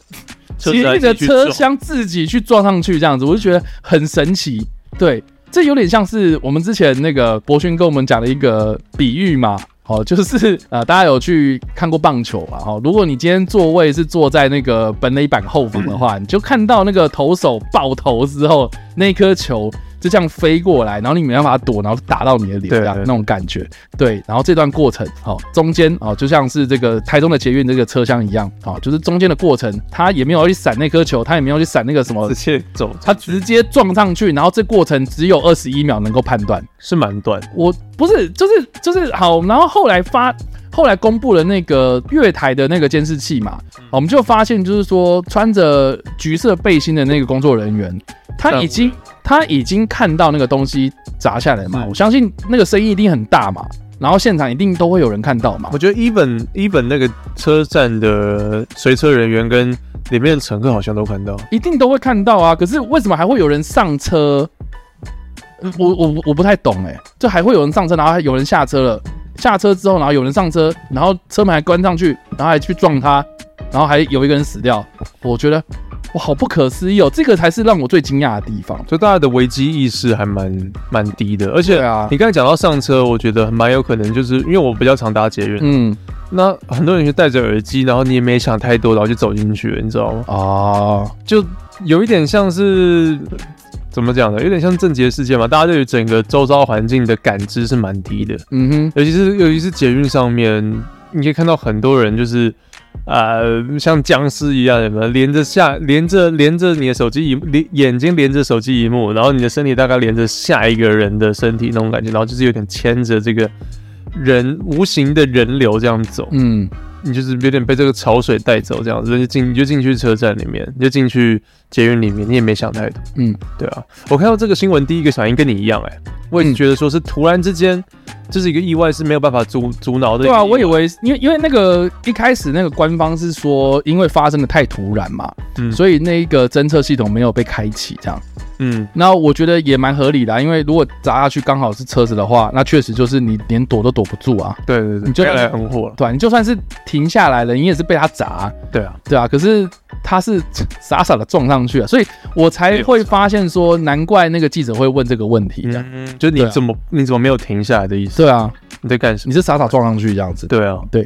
Speaker 3: 车
Speaker 2: 骑
Speaker 3: 子还
Speaker 2: 那个
Speaker 3: 继续
Speaker 2: 车
Speaker 3: 撞
Speaker 2: 厢自己去撞上去，这样子，我就觉得很神奇。对，这有点像是我们之前那个博勋跟我们讲的一个比喻嘛。好，就是呃，大家有去看过棒球嘛？哦，如果你今天座位是坐在那个本垒板后方的话，你就看到那个投手爆头之后，那颗球就这样飞过来，然后你没办法躲，然后打到你的脸，
Speaker 3: 对
Speaker 2: 这样
Speaker 3: 对
Speaker 2: 那种感觉。对，然后这段过程，好、中间哦，就像是这个台中的捷运这个车厢一样，好、就是中间的过程，他也没有去闪那颗球，他也没有去闪那个什么
Speaker 3: 直，接走，
Speaker 2: 他直接撞上去，然后这过程只有二十一秒能够判断。
Speaker 3: 是蛮短的，
Speaker 2: 我不是，就是就是好，然后后来发，后来公布了那个月台的那个监视器嘛，我们就发现就是说穿着橘色背心的那个工作人员，他已经他已经看到那个东西砸下来嘛，我相信那个声音一定很大嘛，然后现场一定都会有人看到嘛
Speaker 3: 我。觉得 even even 那个车站的随车人员跟里面的乘客好像都看到，
Speaker 2: 一定都会看到啊。可是为什么还会有人上车？呃我我我不太懂哎、就还会有人上车，然后还有人下车了，下车之后，然后有人上车，然后车门还关上去，然后还去撞他，然后还有一个人死掉。我觉得哇，好不可思议哦，这个才是让我最惊讶的地方。
Speaker 3: 所以大家的危机意识还蛮蛮低的。而且
Speaker 2: 对啊
Speaker 3: 你刚才讲到上车，我觉得蛮有可能就是因为我比较常搭捷运，
Speaker 2: 嗯，
Speaker 3: 那很多人就戴着耳机，然后你也没想太多，然后就走进去了，你知道吗？
Speaker 2: 哦，
Speaker 3: 就有一点像是怎么讲呢？有点像郑捷事件嘛，大家对于整个周遭环境的感知是蛮低的，
Speaker 2: 嗯哼，
Speaker 3: 尤其是尤其是捷运上面，你可以看到很多人就是。呃，像僵尸一样，有没有连着下连着连着你的手机荧连眼睛连着手机荧幕，然后你的身体大概连着下一个人的身体那种感觉，然后就是有点牵着这个人无形的人流这样走。
Speaker 2: 嗯，
Speaker 3: 你就是有点被这个潮水带走，这样子你就进你就进去车站里面，你就进去捷运里面，你也没想太多。
Speaker 2: 嗯，
Speaker 3: 对啊，我看到这个新闻第一个反应跟你一样、哎，我也
Speaker 2: 嗯
Speaker 3: 觉得说是突然之间，这是一个意外，是没有办法阻阻挠的。
Speaker 2: 对啊，我以，为，因为因为那个一开始那个官方是说，因为发生的太突然嘛，
Speaker 3: 嗯
Speaker 2: 所以那一个侦测系统没有被开启，这样。
Speaker 3: 嗯，
Speaker 2: 那我觉得也蛮合理的啊、因为如果砸下去刚好是车子的话，那确实就是你连躲都躲不住啊。
Speaker 3: 对对对，
Speaker 2: 你就
Speaker 3: 看来很火了。
Speaker 2: 对啊你就算是停下来了，你也是被他砸啊、
Speaker 3: 对啊，
Speaker 2: 对啊。可是他是傻傻的撞上去啊，所以我才会发现说，难怪那个记者会问这个问题这样。
Speaker 3: 嗯，就你
Speaker 2: 对啊
Speaker 3: 怎么、你怎么没有停下来的意思？
Speaker 2: 对啊，
Speaker 3: 你在干什么？
Speaker 2: 你是傻傻撞上去这样子。
Speaker 3: 对啊，
Speaker 2: 对。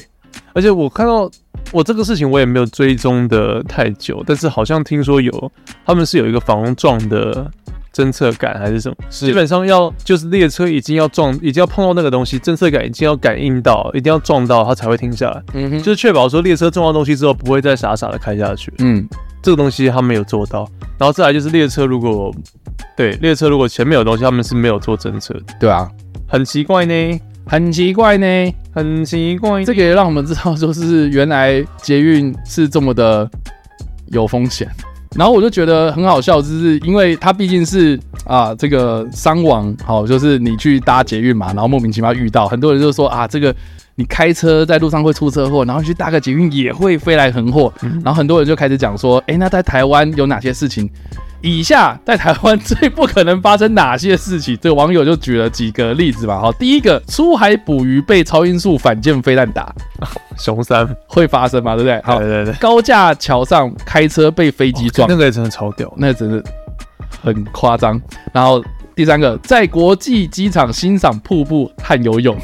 Speaker 3: 而且我看到我这个事情我也没有追踪的太久，但是好像听说有他们是有一个防撞的侦测感还是什么，基本上要就是列车已经要撞，已经要碰到那个东西，侦测感已经要感应到，一定要撞到它才会停下来，
Speaker 2: 嗯哼
Speaker 3: 就是确保说列车撞到东西之后不会再傻傻的开下去。
Speaker 2: 嗯
Speaker 3: 这个东西他们有做到，然后再来就是列车如果对列车如果前面有东西，他们是没有做侦测的，
Speaker 2: 对啊，
Speaker 3: 很奇怪呢，
Speaker 2: 很奇怪呢。
Speaker 3: 很奇怪呢。
Speaker 2: 这个也让我们知道，就是原来捷运是这么的有风险。然后我就觉得很好笑，就是因为它毕竟是啊，这个伤亡好，就是你去搭捷运嘛，然后莫名其妙遇到，很多人就说啊，这个你开车在路上会出车祸，然后去搭个捷运也会飞来横祸，然后很多人就开始讲说，哎，那在台湾有哪些事情？以下在台湾最不可能发生哪些事情？这个网友就举了几个例子嘛，好，第一个，出海捕鱼被超音速反舰飞弹打，
Speaker 3: 熊三，
Speaker 2: 会发生嘛，对不对？好
Speaker 3: 对，对对。
Speaker 2: 高架桥上开车被飞机撞，
Speaker 3: 那个也真的超屌。
Speaker 2: 那真的很夸张。然后第三个，在国际机场欣赏瀑布和游泳。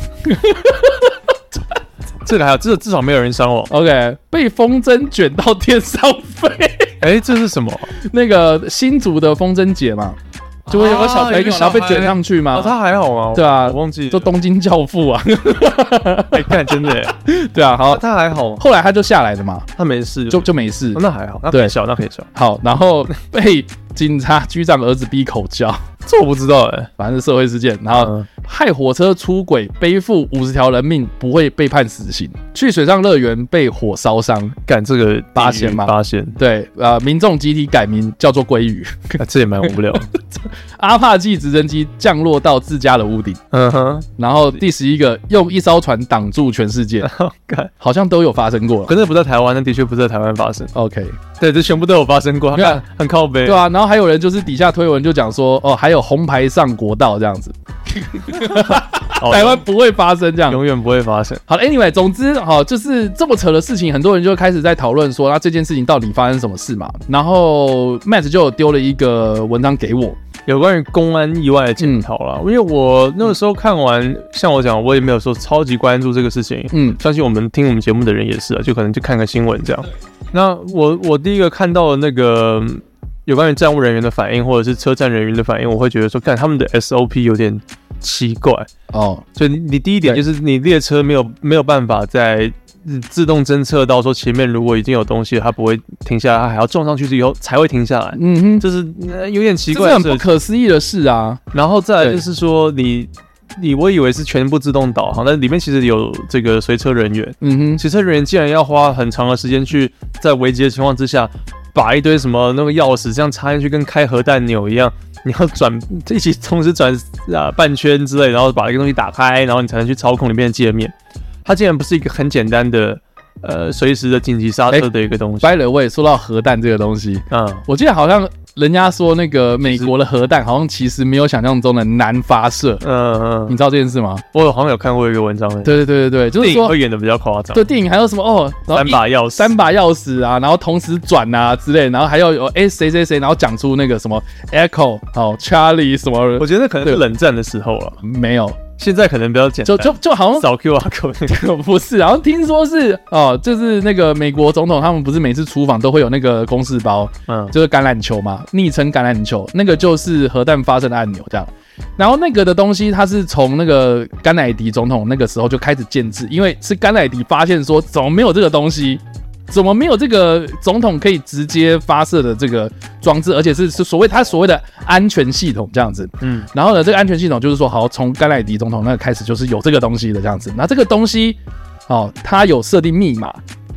Speaker 3: 这个还好，至至少没有人伤亡。
Speaker 2: OK，被风筝卷到天上飞。
Speaker 3: 哎，这是什么？
Speaker 2: 那个新竹的风筝节嘛，就会有个小
Speaker 3: 啊
Speaker 2: 朋
Speaker 3: 有
Speaker 2: 友
Speaker 3: 个
Speaker 2: 然后被
Speaker 3: 小孩
Speaker 2: 卷上去嘛。
Speaker 3: 哦，他还好啊。
Speaker 2: 对啊
Speaker 3: 我忘记了
Speaker 2: 就东京教父啊，
Speaker 3: 哎，看真的耶，哦
Speaker 2: 对啊， 好，
Speaker 3: 他还好，
Speaker 2: 后来他就下来了嘛，
Speaker 3: 他没事，
Speaker 2: 就就没事
Speaker 3: 哦。那还好，那可以
Speaker 2: 对
Speaker 3: 笑，那可以笑。
Speaker 2: 好，然 后被警察局长儿子逼口交，
Speaker 3: 这我不知道哎。
Speaker 2: 反正是社会事件。然后
Speaker 3: 嗯
Speaker 2: 害火车出轨，背负五十条人命，不会被判死刑。去水上乐园被火烧伤，
Speaker 3: 干这个
Speaker 2: 八仙吗
Speaker 3: 八仙，
Speaker 2: 对，呃，民众集体改名叫做鲑鱼。
Speaker 3: 啊这也蛮无聊。
Speaker 2: 阿帕奇直升机降落到自家的屋顶。
Speaker 3: 嗯哼，
Speaker 2: 然后第十一个，用一艘船挡住全世 界，
Speaker 3: 干，
Speaker 2: 好像都有发生过
Speaker 3: 可是不在台湾，那的确不是在台湾发生。
Speaker 2: OK，
Speaker 3: 对，这全部都有发生过，
Speaker 2: 对啊
Speaker 3: 看很靠背。
Speaker 2: 对啊，然后还有人就是底下推文就讲说，哦，还有红牌上国道这样 子，
Speaker 3: 哦，
Speaker 2: 台湾不会发生这样。
Speaker 3: 永远不会发生。
Speaker 2: 好了，Anyway，总之哈、就是这么扯的事情，很多人就开始在讨论说，那这件事情到底发生什么事嘛？然后 Matt 就有丢了一个文章给我，
Speaker 3: 有关于公安意外的检讨啦，
Speaker 2: 嗯
Speaker 3: 因为我那个时候看完，像我讲，我也没有说超级关注这个事情，
Speaker 2: 嗯
Speaker 3: 相信我们听我们节目的人也是啊，就可能就看个新闻这样。那我我第一个看到的那个嗯有关于站务人员的反应，或者是车站人员的反应，我会觉得说，看他们的 SOP 有点奇怪。
Speaker 2: 哦，
Speaker 3: 所以你你第一点
Speaker 2: 对
Speaker 3: 就是你列车没有没有办法在嗯自动侦测到说前面如果已经有东西了，它不会停下来，它还要撞上去之后才会停下来，
Speaker 2: 嗯哼，
Speaker 3: 这是呃有点奇
Speaker 2: 这
Speaker 3: 怪
Speaker 2: 是
Speaker 3: 的
Speaker 2: 很
Speaker 3: 设
Speaker 2: 不
Speaker 3: 计。
Speaker 2: 可思议的事啊，
Speaker 3: 然后再来
Speaker 2: 对
Speaker 3: 就是说你，你我以为是全部自动导航，但里面其实有这个随车人员，
Speaker 2: 嗯哼，
Speaker 3: 随车人员竟然要花很长的时间去在危机的情况之下，把一堆什么那个钥匙这样插进去，跟开核弹钮一样，你要转一起同时转啊半圈之类，然后把一个东西打开，然后你才能去操控里面的界面。它竟然不是一个很简单的呃随时的紧急刹车的一个东西。
Speaker 2: By the way，说到核弹这个东西，
Speaker 3: 嗯，
Speaker 2: 我记得好像人家说那个美国的核弹好像其实没有想象中的难发射，
Speaker 3: 嗯
Speaker 2: 你
Speaker 3: 嗯，
Speaker 2: 知道这件事吗？
Speaker 3: 我好像有看过一个文章，，
Speaker 2: 对对对对对，就是
Speaker 3: 电影
Speaker 2: 说
Speaker 3: 会演的比较夸张，
Speaker 2: 对电影还有什么哦，然后
Speaker 3: 三
Speaker 2: 一
Speaker 3: 把钥匙，
Speaker 2: 三把钥匙啊，然后同时转啊之类，然后还要有哎谁谁谁，然后讲出那个什么 Echo 哦 Charlie 什么
Speaker 3: 我觉得可能是
Speaker 2: 对
Speaker 3: 冷战的时候了，
Speaker 2: 没有，
Speaker 3: 现在可能比较简单，
Speaker 2: 就就就好像
Speaker 3: 扫 QR code 那个。
Speaker 2: 不是，好像听说是哦，就是那个美国总统他们不是每次出访都会有那个公事包，
Speaker 3: 嗯，
Speaker 2: 就是橄榄球嘛，昵称橄榄球，那个就是核弹发射的按钮这样。然后那个的东西，它是从那个甘乃迪总统那个时候就开始建制，因为是甘乃迪发现说怎么没有这个东西，怎么没有这个总统可以直接发射的这个装置，而且是是所谓他所谓的安全系统这样子。
Speaker 3: 嗯
Speaker 2: 嗯，然后呢，这个安全系统就是说，好，从甘乃迪总统那个开始就是有这个东西的这样子。那这个东西，哦，它有设定密码，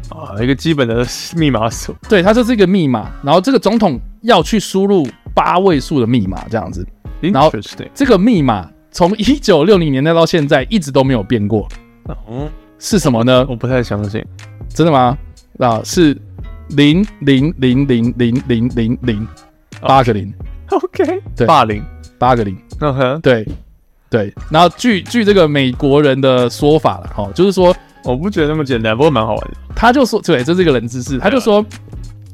Speaker 3: 啊，一个基本的密码锁，
Speaker 2: 对，它就是一个密码，然后这个总统要去输入八位数的密码这样子。
Speaker 3: 然
Speaker 2: 后
Speaker 3: 对，
Speaker 2: 这个密码从一九六零年代到现在一直都没有变过，
Speaker 3: 嗯，
Speaker 2: 是什么呢？
Speaker 3: 我不太相信，
Speaker 2: 真的吗？啊，是零零零零零零零零八个零
Speaker 3: OK，
Speaker 2: 对
Speaker 3: 霸凌，
Speaker 2: 八个零，
Speaker 3: 那很，
Speaker 2: 对对。然后据据这个美国人的说法了，哦，就是说
Speaker 3: 我不觉得那么简单，不过蛮好玩的。
Speaker 2: 他就说，对，这啊是一个冷知识。他就说，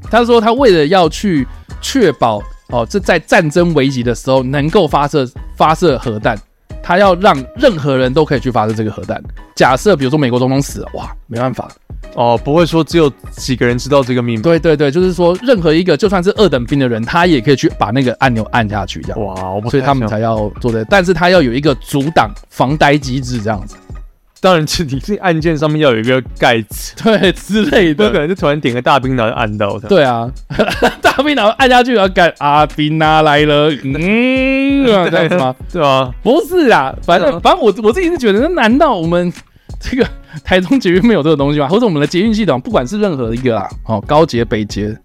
Speaker 2: 他说他为了要去确保哦，这在战争危急的时候能够发射发射核弹，他要让任何人都可以去发射这个核弹。假设比如说美国总统死了，哇，没办法，
Speaker 3: 哦，不会说只有几个人知道这个密码。
Speaker 2: 对对对，就是说任何一个就算是二等兵的人，他也可以去把那个按钮按下去，这样。
Speaker 3: 哇，我不太
Speaker 2: 所以他们
Speaker 3: 相
Speaker 2: 才要做这个，但是他要有一个阻挡防呆机制，这样子，
Speaker 3: 当然是你这按键上面要有一个盖子，
Speaker 2: 对之类
Speaker 3: 不
Speaker 2: 的
Speaker 3: 可。能就突然点个大兵然后就按到 的。，
Speaker 2: 对啊，大兵然后按下去，然后干阿兵啊来了，嗯，啊这样子吗？？
Speaker 3: 对啊，
Speaker 2: 不是啊，反
Speaker 3: 对啊
Speaker 2: 正反正我我自己是觉得，那难道我们这个台中捷运没有这个东西吗？或者我们的捷运系统，不管是任何一个啦，哦，高捷、北捷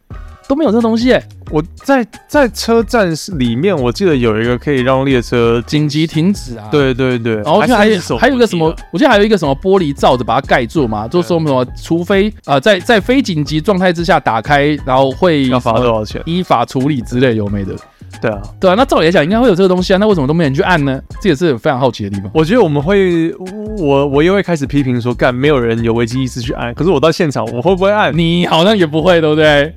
Speaker 2: 都没有这个东西、欸，
Speaker 3: 我在在车站是里面，我记得有一个可以让列车
Speaker 2: 紧
Speaker 3: 进。
Speaker 2: 急停止啊。。
Speaker 3: 对对对，
Speaker 2: 然后我记得还
Speaker 3: 是
Speaker 2: 有
Speaker 3: 手啊
Speaker 2: 还有一个什么
Speaker 3: 提的，
Speaker 2: 我记得还有一个什么玻璃罩子把它盖住嘛，就说什么，除非啊在在非紧急状态之下打开，然后会
Speaker 3: 要罚
Speaker 2: 什么
Speaker 3: 多少钱？
Speaker 2: 依法处理之类有没的。
Speaker 3: 对啊，
Speaker 2: 对啊，那照理来讲应该会有这个东西啊，那为什么都没人去按呢？这也是很非常好奇的地方。
Speaker 3: 我觉得我们会，我我又会开始批评说，干没有人有危机意识去按，可是我到现场我会不会按？
Speaker 2: 你好像也不会，对不对？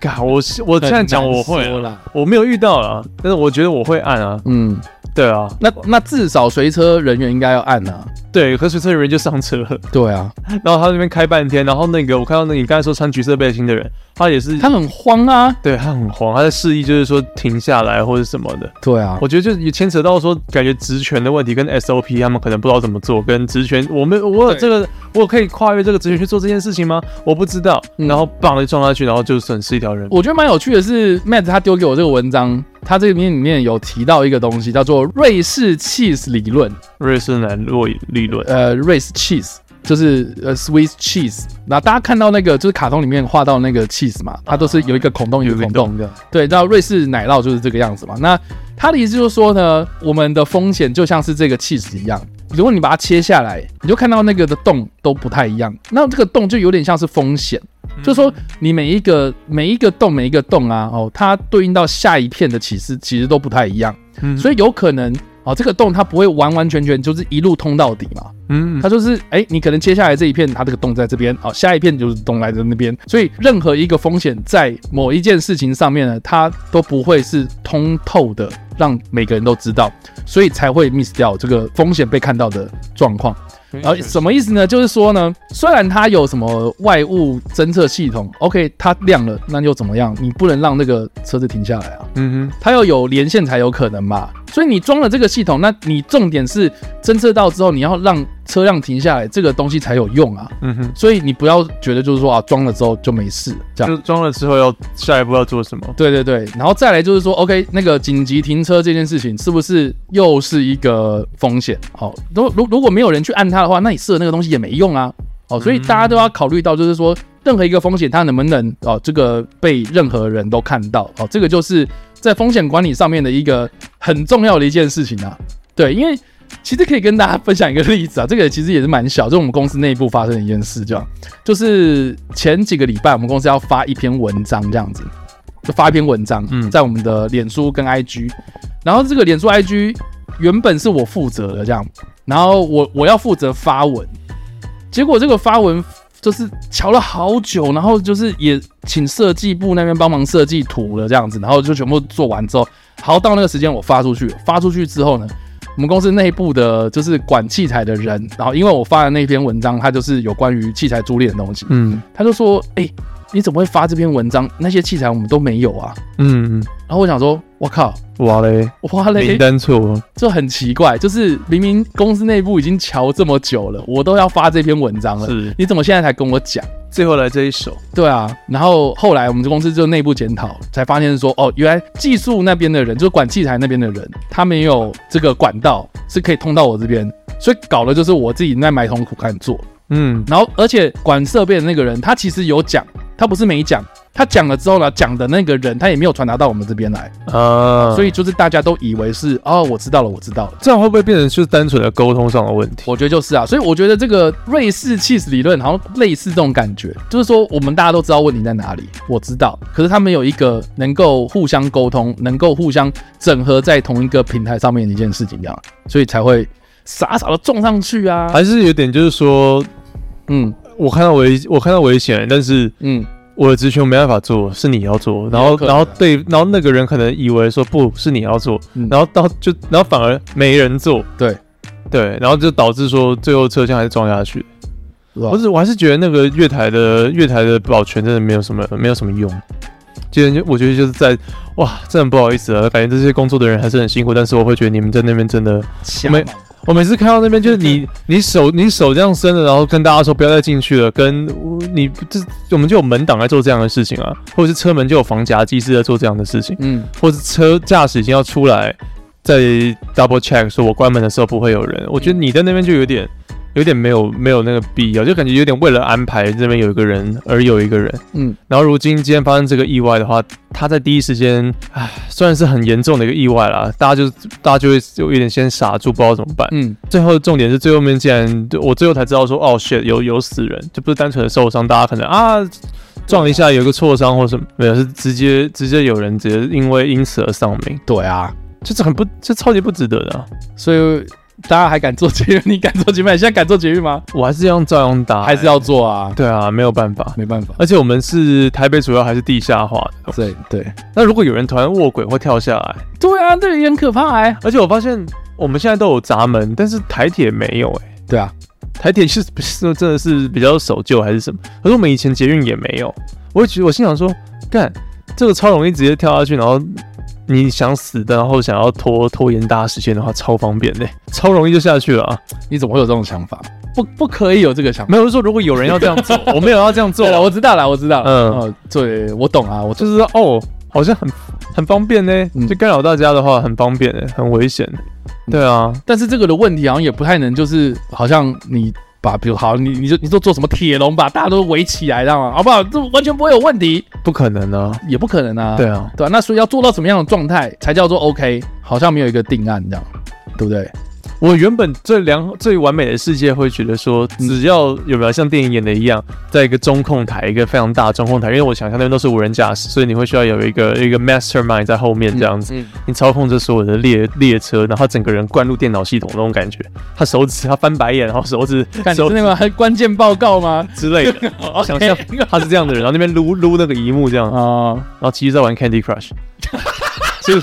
Speaker 3: 干，我是我现在讲我会
Speaker 2: 很难说
Speaker 3: 啊，
Speaker 2: 啦。
Speaker 3: 我没有遇到啊，但是我觉得我会按啊，
Speaker 2: 嗯，
Speaker 3: 对啊，
Speaker 2: 那那至少随车人员应该要按啊。
Speaker 3: 对，可是随车人就上车了，
Speaker 2: 对啊，
Speaker 3: 然后他那边开半天，然后那个我看到那你刚才说穿橘色背心的人，他也是，
Speaker 2: 他很慌啊。
Speaker 3: 对他很慌，他在示意就是说停下来或者什么的，
Speaker 2: 对啊，
Speaker 3: 我觉得就是也牵扯到说，感觉职权的问题跟 SOP 他们可能不知道怎么做，跟职权，我们我有
Speaker 2: 对
Speaker 3: 这个，我可以跨越这个职权去做这件事情吗？我不知道，
Speaker 2: 嗯
Speaker 3: 然后棒就撞下去，然后就损失一条人命。
Speaker 2: 我觉得蛮有趣的是，Matt 他丢给我这个文章，他这里面里面有提到一个东西叫做瑞士 cheese 理论，
Speaker 3: 瑞士南洛理论，
Speaker 2: 呃，Race cheese。就是呃，Swiss cheese，那大家看到那个就是卡通里面画到那个 cheese 嘛，它都是有一个孔洞，有一个孔洞，
Speaker 3: 的，
Speaker 2: 对，那瑞士奶酪就是这个样子嘛。那他的意思就是说呢，我们的风险就像是这个 cheese 一样，如果你把它切下来，你就看到那个的洞都不太一样，那这个洞就有点像是风险，就是说你每一个每一个洞每一个洞啊，哦，它对应到下一片的启示其实都不太一样，
Speaker 3: 嗯
Speaker 2: 所以有可能。哦，这个洞它不会完完全全就是一路通到底嘛，
Speaker 3: 嗯，
Speaker 2: 它就是哎、你可能切下来这一片，它这个洞在这边，好、下一片就是洞来的那边，所以任何一个风险在某一件事情上面呢，它都不会是通透的，让每个人都知道，所以才会 miss 掉这个风险被看到的状况。
Speaker 3: 嗯
Speaker 2: 然后什么意思呢？就是说呢，虽然它有什么外物侦测系统，OK，它亮了，那又怎么样？你不能让那个车子停下来啊。
Speaker 3: 嗯哼，
Speaker 2: 它要有连线才有可能嘛。所以你装了这个系统，那你重点是侦测到之后，你要让车辆停下来，这个东西才有用啊。
Speaker 3: 嗯哼，
Speaker 2: 所以你不要觉得就是说啊，装了之后就没事这样。
Speaker 3: 就装了之后要下一步要做什么？
Speaker 2: 对对对，然后再来就是说，OK，那个紧急停车这件事情是不是又是一个风险？好，如如如果没有人去按它的话，那你设那个东西也没用啊。哦，所以大家都要考虑到，就是说任何一个风险它能不能哦这个被任何人都看到哦，这个就是在风险管理上面的一个很重要的一件事情啊。对，因为其实可以跟大家分享一个例子啊，这个其实也是蛮小，就是我们公司内部发生的一件事，这样就是前几个礼拜我们公司要发一篇文章这样子。就发一篇文章，
Speaker 3: 嗯
Speaker 2: 在我们的脸书跟 IG，然后这个脸书 IG 原本是我负责的这样，然后我我要负责发文，结果这个发文就是瞧了好久，然后就是也请设计部那边帮忙设计图了这样子，然后就全部做完之后，好到那个时间我发出去，发出去之后呢，我们公司内部的就是管器材的人，然后因为我发的那篇文章，它就是有关于器材租赁的东西，
Speaker 3: 嗯
Speaker 2: 他就说，哎、你怎么会发这篇文章？那些器材我们都没有啊。
Speaker 3: 嗯，
Speaker 2: 然后我想说，我靠，
Speaker 3: 哇嘞，
Speaker 2: 哇嘞
Speaker 3: 名，单错，
Speaker 2: 就很奇怪，就是明明公司内部已经瞧这么久了，我都要发这篇文章了，
Speaker 3: 是
Speaker 2: 你怎么现在才跟我讲？
Speaker 3: 最后来这一首，
Speaker 2: 对啊，然后后来我们公司就内部检讨，才发现说，哦，原来技术那边的人，就是管器材那边的人，他没有这个管道是可以通到我这边，所以搞的就是我自己在埋头苦干做。
Speaker 3: 嗯
Speaker 2: 然后而且管设备的那个人，他其实有讲，他不是没讲，他讲了之后呢，讲的那个人他也没有传达到我们这边来，
Speaker 3: 啊，
Speaker 2: 所
Speaker 3: 以
Speaker 2: 以就是大家都以为是哦，我知道了，我知道了。
Speaker 3: 这样会不会变成就是单纯的沟通上的问题？
Speaker 2: 我觉得就是啊，所以我觉得这个瑞士 cheese 理论好像类似这种感觉，就是说我们大家都知道问题在哪里，我知道，可是他们有一个能够互相沟通、能够互相整合在同一个平台上面的一件事情，这样，所以才会傻傻的撞上去啊。
Speaker 3: 还是有点就是说，
Speaker 2: 嗯
Speaker 3: 我看到危我看到危险，但是
Speaker 2: 嗯，
Speaker 3: 我的职权没办法做，是你要做，然
Speaker 2: 有
Speaker 3: 后
Speaker 2: 可
Speaker 3: 然
Speaker 2: 能啊
Speaker 3: 后对，然后那个人可能以为说不是你要做，
Speaker 2: 嗯
Speaker 3: 然后到就然后反而没人做，
Speaker 2: 对，
Speaker 3: 对，然后就导致说最后车厢还是撞下去。
Speaker 2: 是吧
Speaker 3: 我只我还是觉得那个月台的月台的保全真的没有什么没有什么用。今天就我觉得就是在哇，真的很不好意思啊，感觉这些工作的人还是很辛苦，但是我会觉得你们在那边真的，
Speaker 2: 瞎
Speaker 3: 没
Speaker 2: 忙
Speaker 3: 我每次看到那边就是你你手你手这样伸着，然后跟大家说不要再进去了，跟你这我们就有门挡在做这样的事情啊，或者是车门就有防夹技师在做这样的事情，
Speaker 2: 嗯。
Speaker 3: 或是车驾驶已经要出来，再 double check 说我关门的时候不会有人。我觉得你在那边就有点有点没有没有那个必要，就感觉有点为了安排这边有一个人而有一个人。
Speaker 2: 嗯，
Speaker 3: 然后如今今天发生这个意外的话，他在第一时间，唉，虽然是很严重的一个意外啦，大家就大家就会有一点先傻住，不知道怎么办。
Speaker 2: 嗯
Speaker 3: 最后重点是最后面竟然我最后才知道说，哦 shit，有有死人，就不是单纯的受伤，大家可能啊撞一下有个挫伤或什么，没有是直接直接有人直接因为因此而丧命，，
Speaker 2: 对啊，
Speaker 3: 就是很不这超级不值得的啊、
Speaker 2: 所以大家还敢做节育？你敢做节育吗？你现在敢做节育吗？
Speaker 3: 我还是要照样打、
Speaker 2: 还是要做啊？
Speaker 3: 对啊，没有办法。
Speaker 2: 没办法，
Speaker 3: 而且我们是台北主要还是地下化的，
Speaker 2: 对对
Speaker 3: 那如果有人突然卧轨或跳下来，
Speaker 2: 对啊，这也很可怕哎、
Speaker 3: 而且我发现我们现在都有闸门，但是台铁没有哎、
Speaker 2: 对啊，
Speaker 3: 台铁是不是真的是比较守旧还是什么？可是我们以前捷运也没有，我会觉得我心想说，干这个超容易直接跳下去，然后你想死的，然后想要拖拖延大家时间的话，超方便的、超容易就下去了啊！
Speaker 2: 你怎么会有这种想法？不不可以有这个想法。
Speaker 3: 没有我是说，如果有人要这样做，我没有要这样做
Speaker 2: 对了，
Speaker 3: 啊，
Speaker 2: 我
Speaker 3: 我
Speaker 2: 知道了，我知道了。
Speaker 3: 嗯
Speaker 2: 哦，对，我懂啊，我
Speaker 3: 就
Speaker 2: 就是
Speaker 3: 说哦，好像很很方便呢、
Speaker 2: 嗯
Speaker 3: 就干扰大家的话，很方便、欸，很危险、对啊，
Speaker 2: 但是这个的问题好像也不太能，就是好像你把，比如好，你你就你就做什么铁笼把大家都围起来，这样嘛，好不好？这完全不会有问题，
Speaker 3: 不可能啊，
Speaker 2: 也不可能啊。
Speaker 3: 对啊，
Speaker 2: 对啊，那所以要做到什么样的状态才叫做 OK？好像没有一个定案这样，对不对？
Speaker 3: 我原本最良最完美的世界会觉得说，
Speaker 2: 嗯
Speaker 3: 只要有没有像电影演的一样，在一个中控台，一个非常大的中控台，因为我想象那边都是无人驾驶，所以你会需要有一个一个 mastermind 在后面这样子，
Speaker 2: 嗯
Speaker 3: 你操控着所有的列列车，然后整个人灌入电脑系统那种感觉，他手指他翻白眼，然后手指
Speaker 2: 干
Speaker 3: 手
Speaker 2: 是那个还关键报告吗？
Speaker 3: 之类的，
Speaker 2: 哦
Speaker 3: 想象他是这样的人，然后那边撸撸那个荧幕这样，
Speaker 2: 啊、
Speaker 3: 然后其实在玩 Candy Crush，就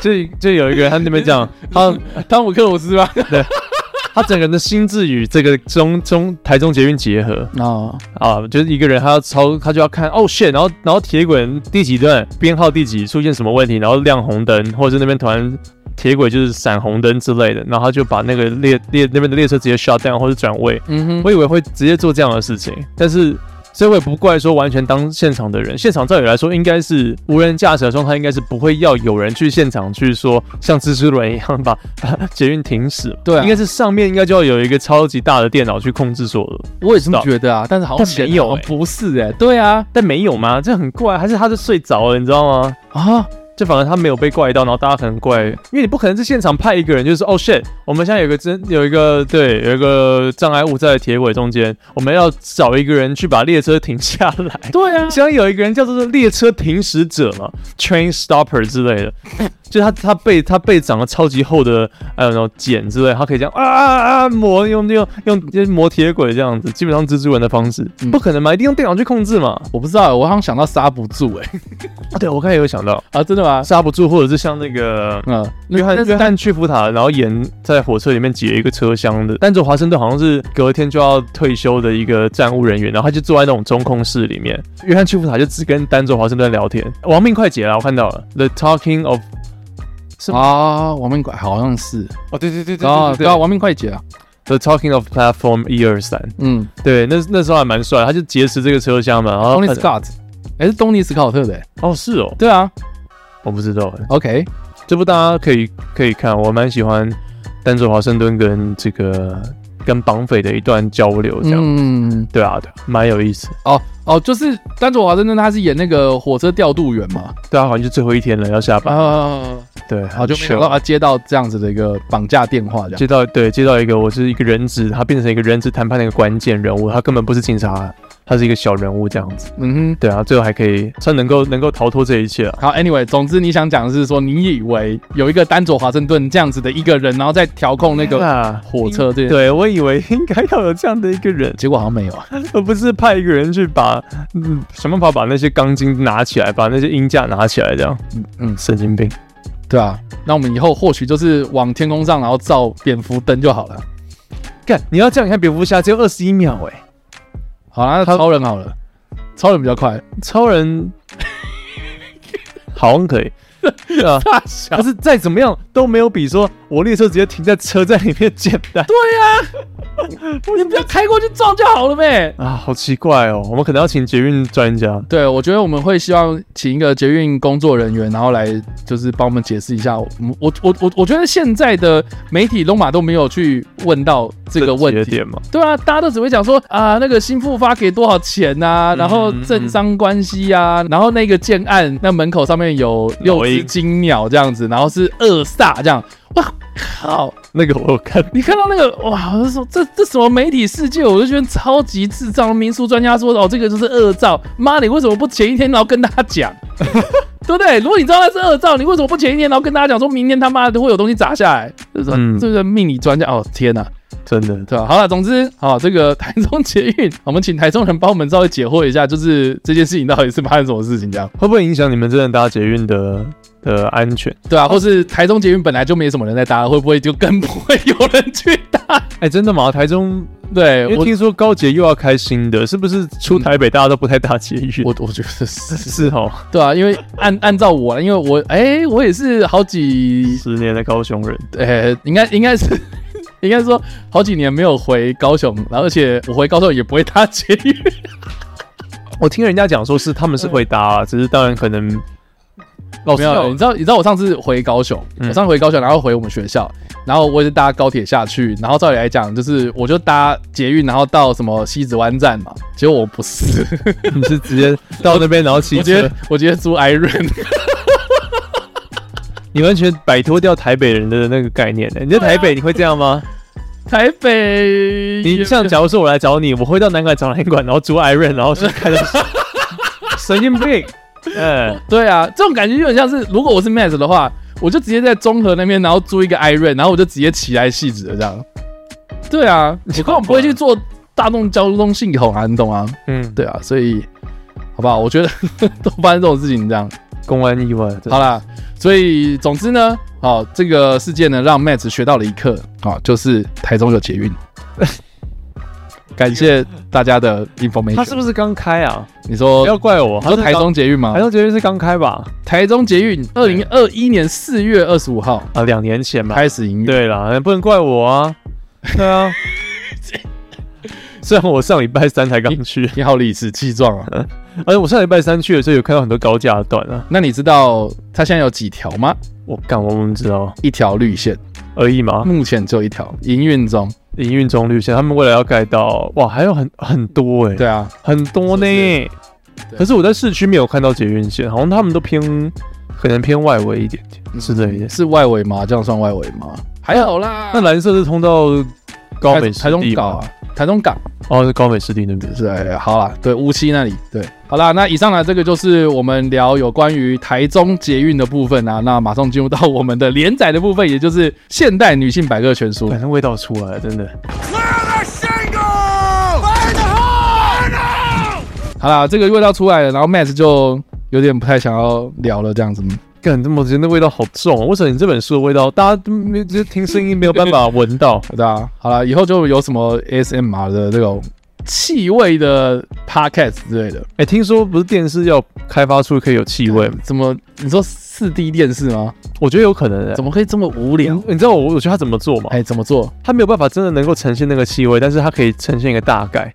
Speaker 3: 就就有一个人他那边这样，他
Speaker 2: 汤姆克鲁斯吧？
Speaker 3: 他整个人的心智与这个中中台中捷运结合
Speaker 2: 哦，
Speaker 3: 啊，就是一个人他要超他就要看哦 shit，然后然后铁轨第几段编号第几出现什么问题，然后亮红灯，或者是那边突然铁轨就是闪红灯之类的，然后他就把那个列列那边的列车直接 shut down 或者转位。
Speaker 2: 嗯哼，
Speaker 3: 我以为会直接做这样的事情，但是所以我也不怪说完全当现场的人。现场照理来说，应该是无人驾驶的状态，应该是不会要有人去现场去说像蜘蛛人一样把 把捷运停死。
Speaker 2: 对啊
Speaker 3: 应该是上面应该就要有一个超级大的电脑去控制所有的。
Speaker 2: 我也是这么觉得啊，但是好像
Speaker 3: 但
Speaker 2: 显然
Speaker 3: 没有
Speaker 2: 好像
Speaker 3: 欸
Speaker 2: 不是哎、对啊
Speaker 3: 但没有吗？这很怪，还是他是睡着了，你知道吗？
Speaker 2: 啊，
Speaker 3: 就反而他没有被怪到，然后大家可能怪，因为你不可能是现场派一个人，就是哦 shit，我们现在有个真有一个对有一个障碍物在铁轨中间，我们要找一个人去把列车停下来。
Speaker 2: 对啊，
Speaker 3: 像有一个人叫做列车停驶者嘛，train stopper 之类的， 就他他背他背长了超级厚的呃然后茧之类，他可以这样啊啊啊磨用用用就是磨铁轨这样子，基本上蜘蛛人的方式，
Speaker 2: 嗯
Speaker 3: 不可能嘛，一定用电脑去控制嘛。
Speaker 2: 我不知道欸，我好像想到刹不住哎、
Speaker 3: 啊，对我刚才有想到
Speaker 2: 啊，真的吗？
Speaker 3: 刹不住，或者是像那个
Speaker 2: 嗯，
Speaker 3: 约翰
Speaker 2: 但是
Speaker 3: 约翰去福塔，然后演在火车里面解一个车厢的，但是华盛顿好像是隔天就要退休的一个站务人员，然后他就坐在那种中控室里面，约翰去福塔就只跟丹泽华盛顿聊天。亡命快捷啦，我看到了，The Talking of，是
Speaker 2: 啊，亡命快好像是
Speaker 3: 哦对对对对
Speaker 2: 啊，对啊，亡命快捷啊，
Speaker 3: ，The Talking of Platform 一二三，
Speaker 2: 嗯
Speaker 3: 对，那那时候还蛮帅，他就劫持这个车厢嘛，然后
Speaker 2: ，Tony Scott，哎、是东尼斯考特的、欸，
Speaker 3: 哦是哦，
Speaker 2: 对啊
Speaker 3: 我不知道哎，
Speaker 2: ，OK，
Speaker 3: 这部大家可以可以看，我蛮喜欢丹泽华盛顿跟这个跟绑匪的一段交流这样。
Speaker 2: 嗯，
Speaker 3: 对啊，对啊，蛮有意思。
Speaker 2: 哦哦，就是丹佐华盛顿他是演那个火车调度员嘛，
Speaker 3: 对啊，好像就最后一天了，要下班。
Speaker 2: 啊，
Speaker 3: 对，
Speaker 2: 好
Speaker 3: 好
Speaker 2: 久没想到他接到这样子的一个绑架电话，这样
Speaker 3: 接到对接到一个，我是一个人质，他变成一个人质谈判的一个关键人物，他根本不是警察，他是一个小人物这样子。
Speaker 2: 嗯
Speaker 3: 对啊，最后还可以算能够能够逃脱这一切啊。
Speaker 2: 哼，好，anyway，总之你想讲的是说，你以为有一个丹佐华盛顿这样子的一个人，然后在调控那个
Speaker 3: 啊，
Speaker 2: 火车这，，
Speaker 3: 对我以为应该要有这样的一个人，
Speaker 2: 结果好像没有啊，
Speaker 3: 而不是派一个人去把嗯想办法把那些钢筋拿起来，把那些鹰架拿起来这样。
Speaker 2: 嗯嗯，
Speaker 3: 神经病。
Speaker 2: 对啊，那我们以后或许就是往天空上，然后照蝙蝠灯就好了。
Speaker 3: 干，你要这样，你看蝙蝠侠只有二十一秒哎、
Speaker 2: 好啦，那
Speaker 3: 他
Speaker 2: 超人好了，超人比较快，
Speaker 3: 超人 好像可以，对啊，
Speaker 2: 大小
Speaker 3: 但是再怎么样都没有比说我列车直接停在车站里面简单
Speaker 2: 你 啊不要开过去撞就好了呗。
Speaker 3: 啊，好奇怪哦。我们可能要请捷运专家，
Speaker 2: 对，我觉得我们会希望请一个捷运工作人员，然后来就是帮我们解释一下。我我我我我觉得现在的媒体龙马都没有去问到这个问
Speaker 3: 节
Speaker 2: 题。
Speaker 3: 点嘛，
Speaker 2: 对啊，大家都只会讲说啊，那个新复发给多少钱呐、然后
Speaker 3: 嗯嗯
Speaker 2: 政商关系啊，然后那个建案那门口上面有六
Speaker 3: 老鹰
Speaker 2: 只金鸟这样子，然后是二煞这样。哇靠！
Speaker 3: 那个我有看，
Speaker 2: 你看到那个哇，我就说这这什么媒体世界，我就觉得超级智障。民俗专家说哦，这个就是恶兆，妈，你为什么不前一天然后跟大家 讲，对不对？如果你知道它是恶兆，你为什么不前一天然后跟大家讲，说明天他妈的会有东西砸下来？这是、
Speaker 3: 嗯
Speaker 2: 这是命理专家哦，天哪、
Speaker 3: 真的
Speaker 2: 对吧、好了，总之好、这个 台中捷运，我们请台中人帮我们稍微解惑一下，就是这件事情到底是发生什么事情这样，
Speaker 3: 会不会影响你们真的搭捷运的的安全？
Speaker 2: 对啊，或是台中捷运本来就没什么人在搭，会不会就更不会有人去搭？
Speaker 3: 哎、真的吗？台中，
Speaker 2: 对
Speaker 3: 因为
Speaker 2: 哎我。
Speaker 3: 听说高捷又要开新的，是不是出台北大家都不太搭捷运？
Speaker 2: 我我觉得是
Speaker 3: 是哦，
Speaker 2: 对啊，因为按按照我，因为我哎、我也是好几
Speaker 3: 十年的高雄人，
Speaker 2: 呃、应该应该是 应该说好几年没有回高雄，然后而且我回高雄也不会搭捷运。
Speaker 3: 我听人家讲说是他们是会搭、啊，只是当然可能老
Speaker 2: 没
Speaker 3: 师哦
Speaker 2: 有，你知道你知道我上次回高雄，
Speaker 3: 嗯
Speaker 2: 我上次回高雄，然后回我们学校，然后我也是搭高铁下去，然后照理来讲就是我就搭捷运，然后到什么西子湾站嘛，结果我不是，
Speaker 3: 你是直接到那边然后骑
Speaker 2: 我直
Speaker 3: 车
Speaker 2: 接，我直接租 i r o n
Speaker 3: 你完全摆脱掉台北人的那个概念、欸。你在
Speaker 2: 啊
Speaker 3: 台北你会这 样吗？
Speaker 2: 台北也没有。
Speaker 3: 你像假如说我来找你，我会到南馆找南馆，然后租 i r o n 然后去 开到神经病。嗯，
Speaker 2: 对啊，这种感觉就很像是，如果我是 Max 的话，我就直接在中和那边，然后租一个 i r o n 然后我就直接骑来戏子了这样。对 啊，我根本不会去做大众交通系统啊，你懂吗、
Speaker 3: 嗯，对，
Speaker 2: 对啊，所以好不好？我觉得 都发生这种事情这样。
Speaker 3: 公安意外。真的
Speaker 2: 好，啦，所以总之呢，好、这个事件呢，让 Max 学到了一课啊、就是台中有捷 运。感谢大家的 information。
Speaker 3: 他是不
Speaker 2: 是
Speaker 3: 是刚开啊？
Speaker 2: 你
Speaker 3: 不要
Speaker 2: 说
Speaker 3: 怪我，他
Speaker 2: 说台中捷运吗
Speaker 3: 台？中捷啊运是刚开吧？
Speaker 2: 台中捷运二零二一年四月二十五号。
Speaker 3: 啊，两年前吧。
Speaker 2: 开始营运。
Speaker 3: 对啦，不能怪我啊。对啊，虽然我上礼拜三才刚去，
Speaker 2: 你好理直气壮啊！
Speaker 3: 而且我上礼拜三去的时候有看到很多高价的段啊。
Speaker 2: 那你知道它现在有几条吗？
Speaker 3: 我干，我们知道
Speaker 2: 一条绿线，
Speaker 3: 而已嘛。
Speaker 2: 目前只有一条，营运中。
Speaker 3: 营运中绿线，他们未来要盖到哇，还有很很多哎、
Speaker 2: 对啊，
Speaker 3: 很多呢。
Speaker 2: 对
Speaker 3: 可是我在市区没有看到捷运线，好像他们都偏可能偏外围一点
Speaker 2: 嗯
Speaker 3: 点之类的。
Speaker 2: 是外围吗？这样算外围吗？还好啦，
Speaker 3: 那蓝色是通到高
Speaker 2: 台
Speaker 3: 美湿
Speaker 2: 台中
Speaker 3: 地
Speaker 2: 港
Speaker 3: 嘛？
Speaker 2: 啊，台中港。
Speaker 3: 哦，是高美湿地那边。
Speaker 2: 是哎，好啦，对乌溪那里，对，好啦，那以上呢，这个就是我们聊有关于台中捷运的部分啊，那马上进入到我们的连载的部分，也就是现代女性百科全书
Speaker 3: 反。正味道出来了，真的。
Speaker 2: 好啦，这个味道出来了，然后 Matt 就有点不太想要聊了，这样子。
Speaker 3: 干，这么真的味道好重、哦！为什么你这本书的味道，大家都没就听声音没有办法闻 到？
Speaker 2: 对啊，好啦，以后就有什么 ASMR 的这种气味的 podcast 之类的，
Speaker 3: 哎、听说不是电视要开发出可以有气味吗？
Speaker 2: 怎么你说四 D 电视吗？
Speaker 3: 我觉得有可能、欸。
Speaker 2: 怎么可以这么无聊？
Speaker 3: 你知道我我觉得他怎么做吗？
Speaker 2: 哎，怎么做？
Speaker 3: 他没有办法真的能够呈现那个气味，但是他可以呈现一个大概。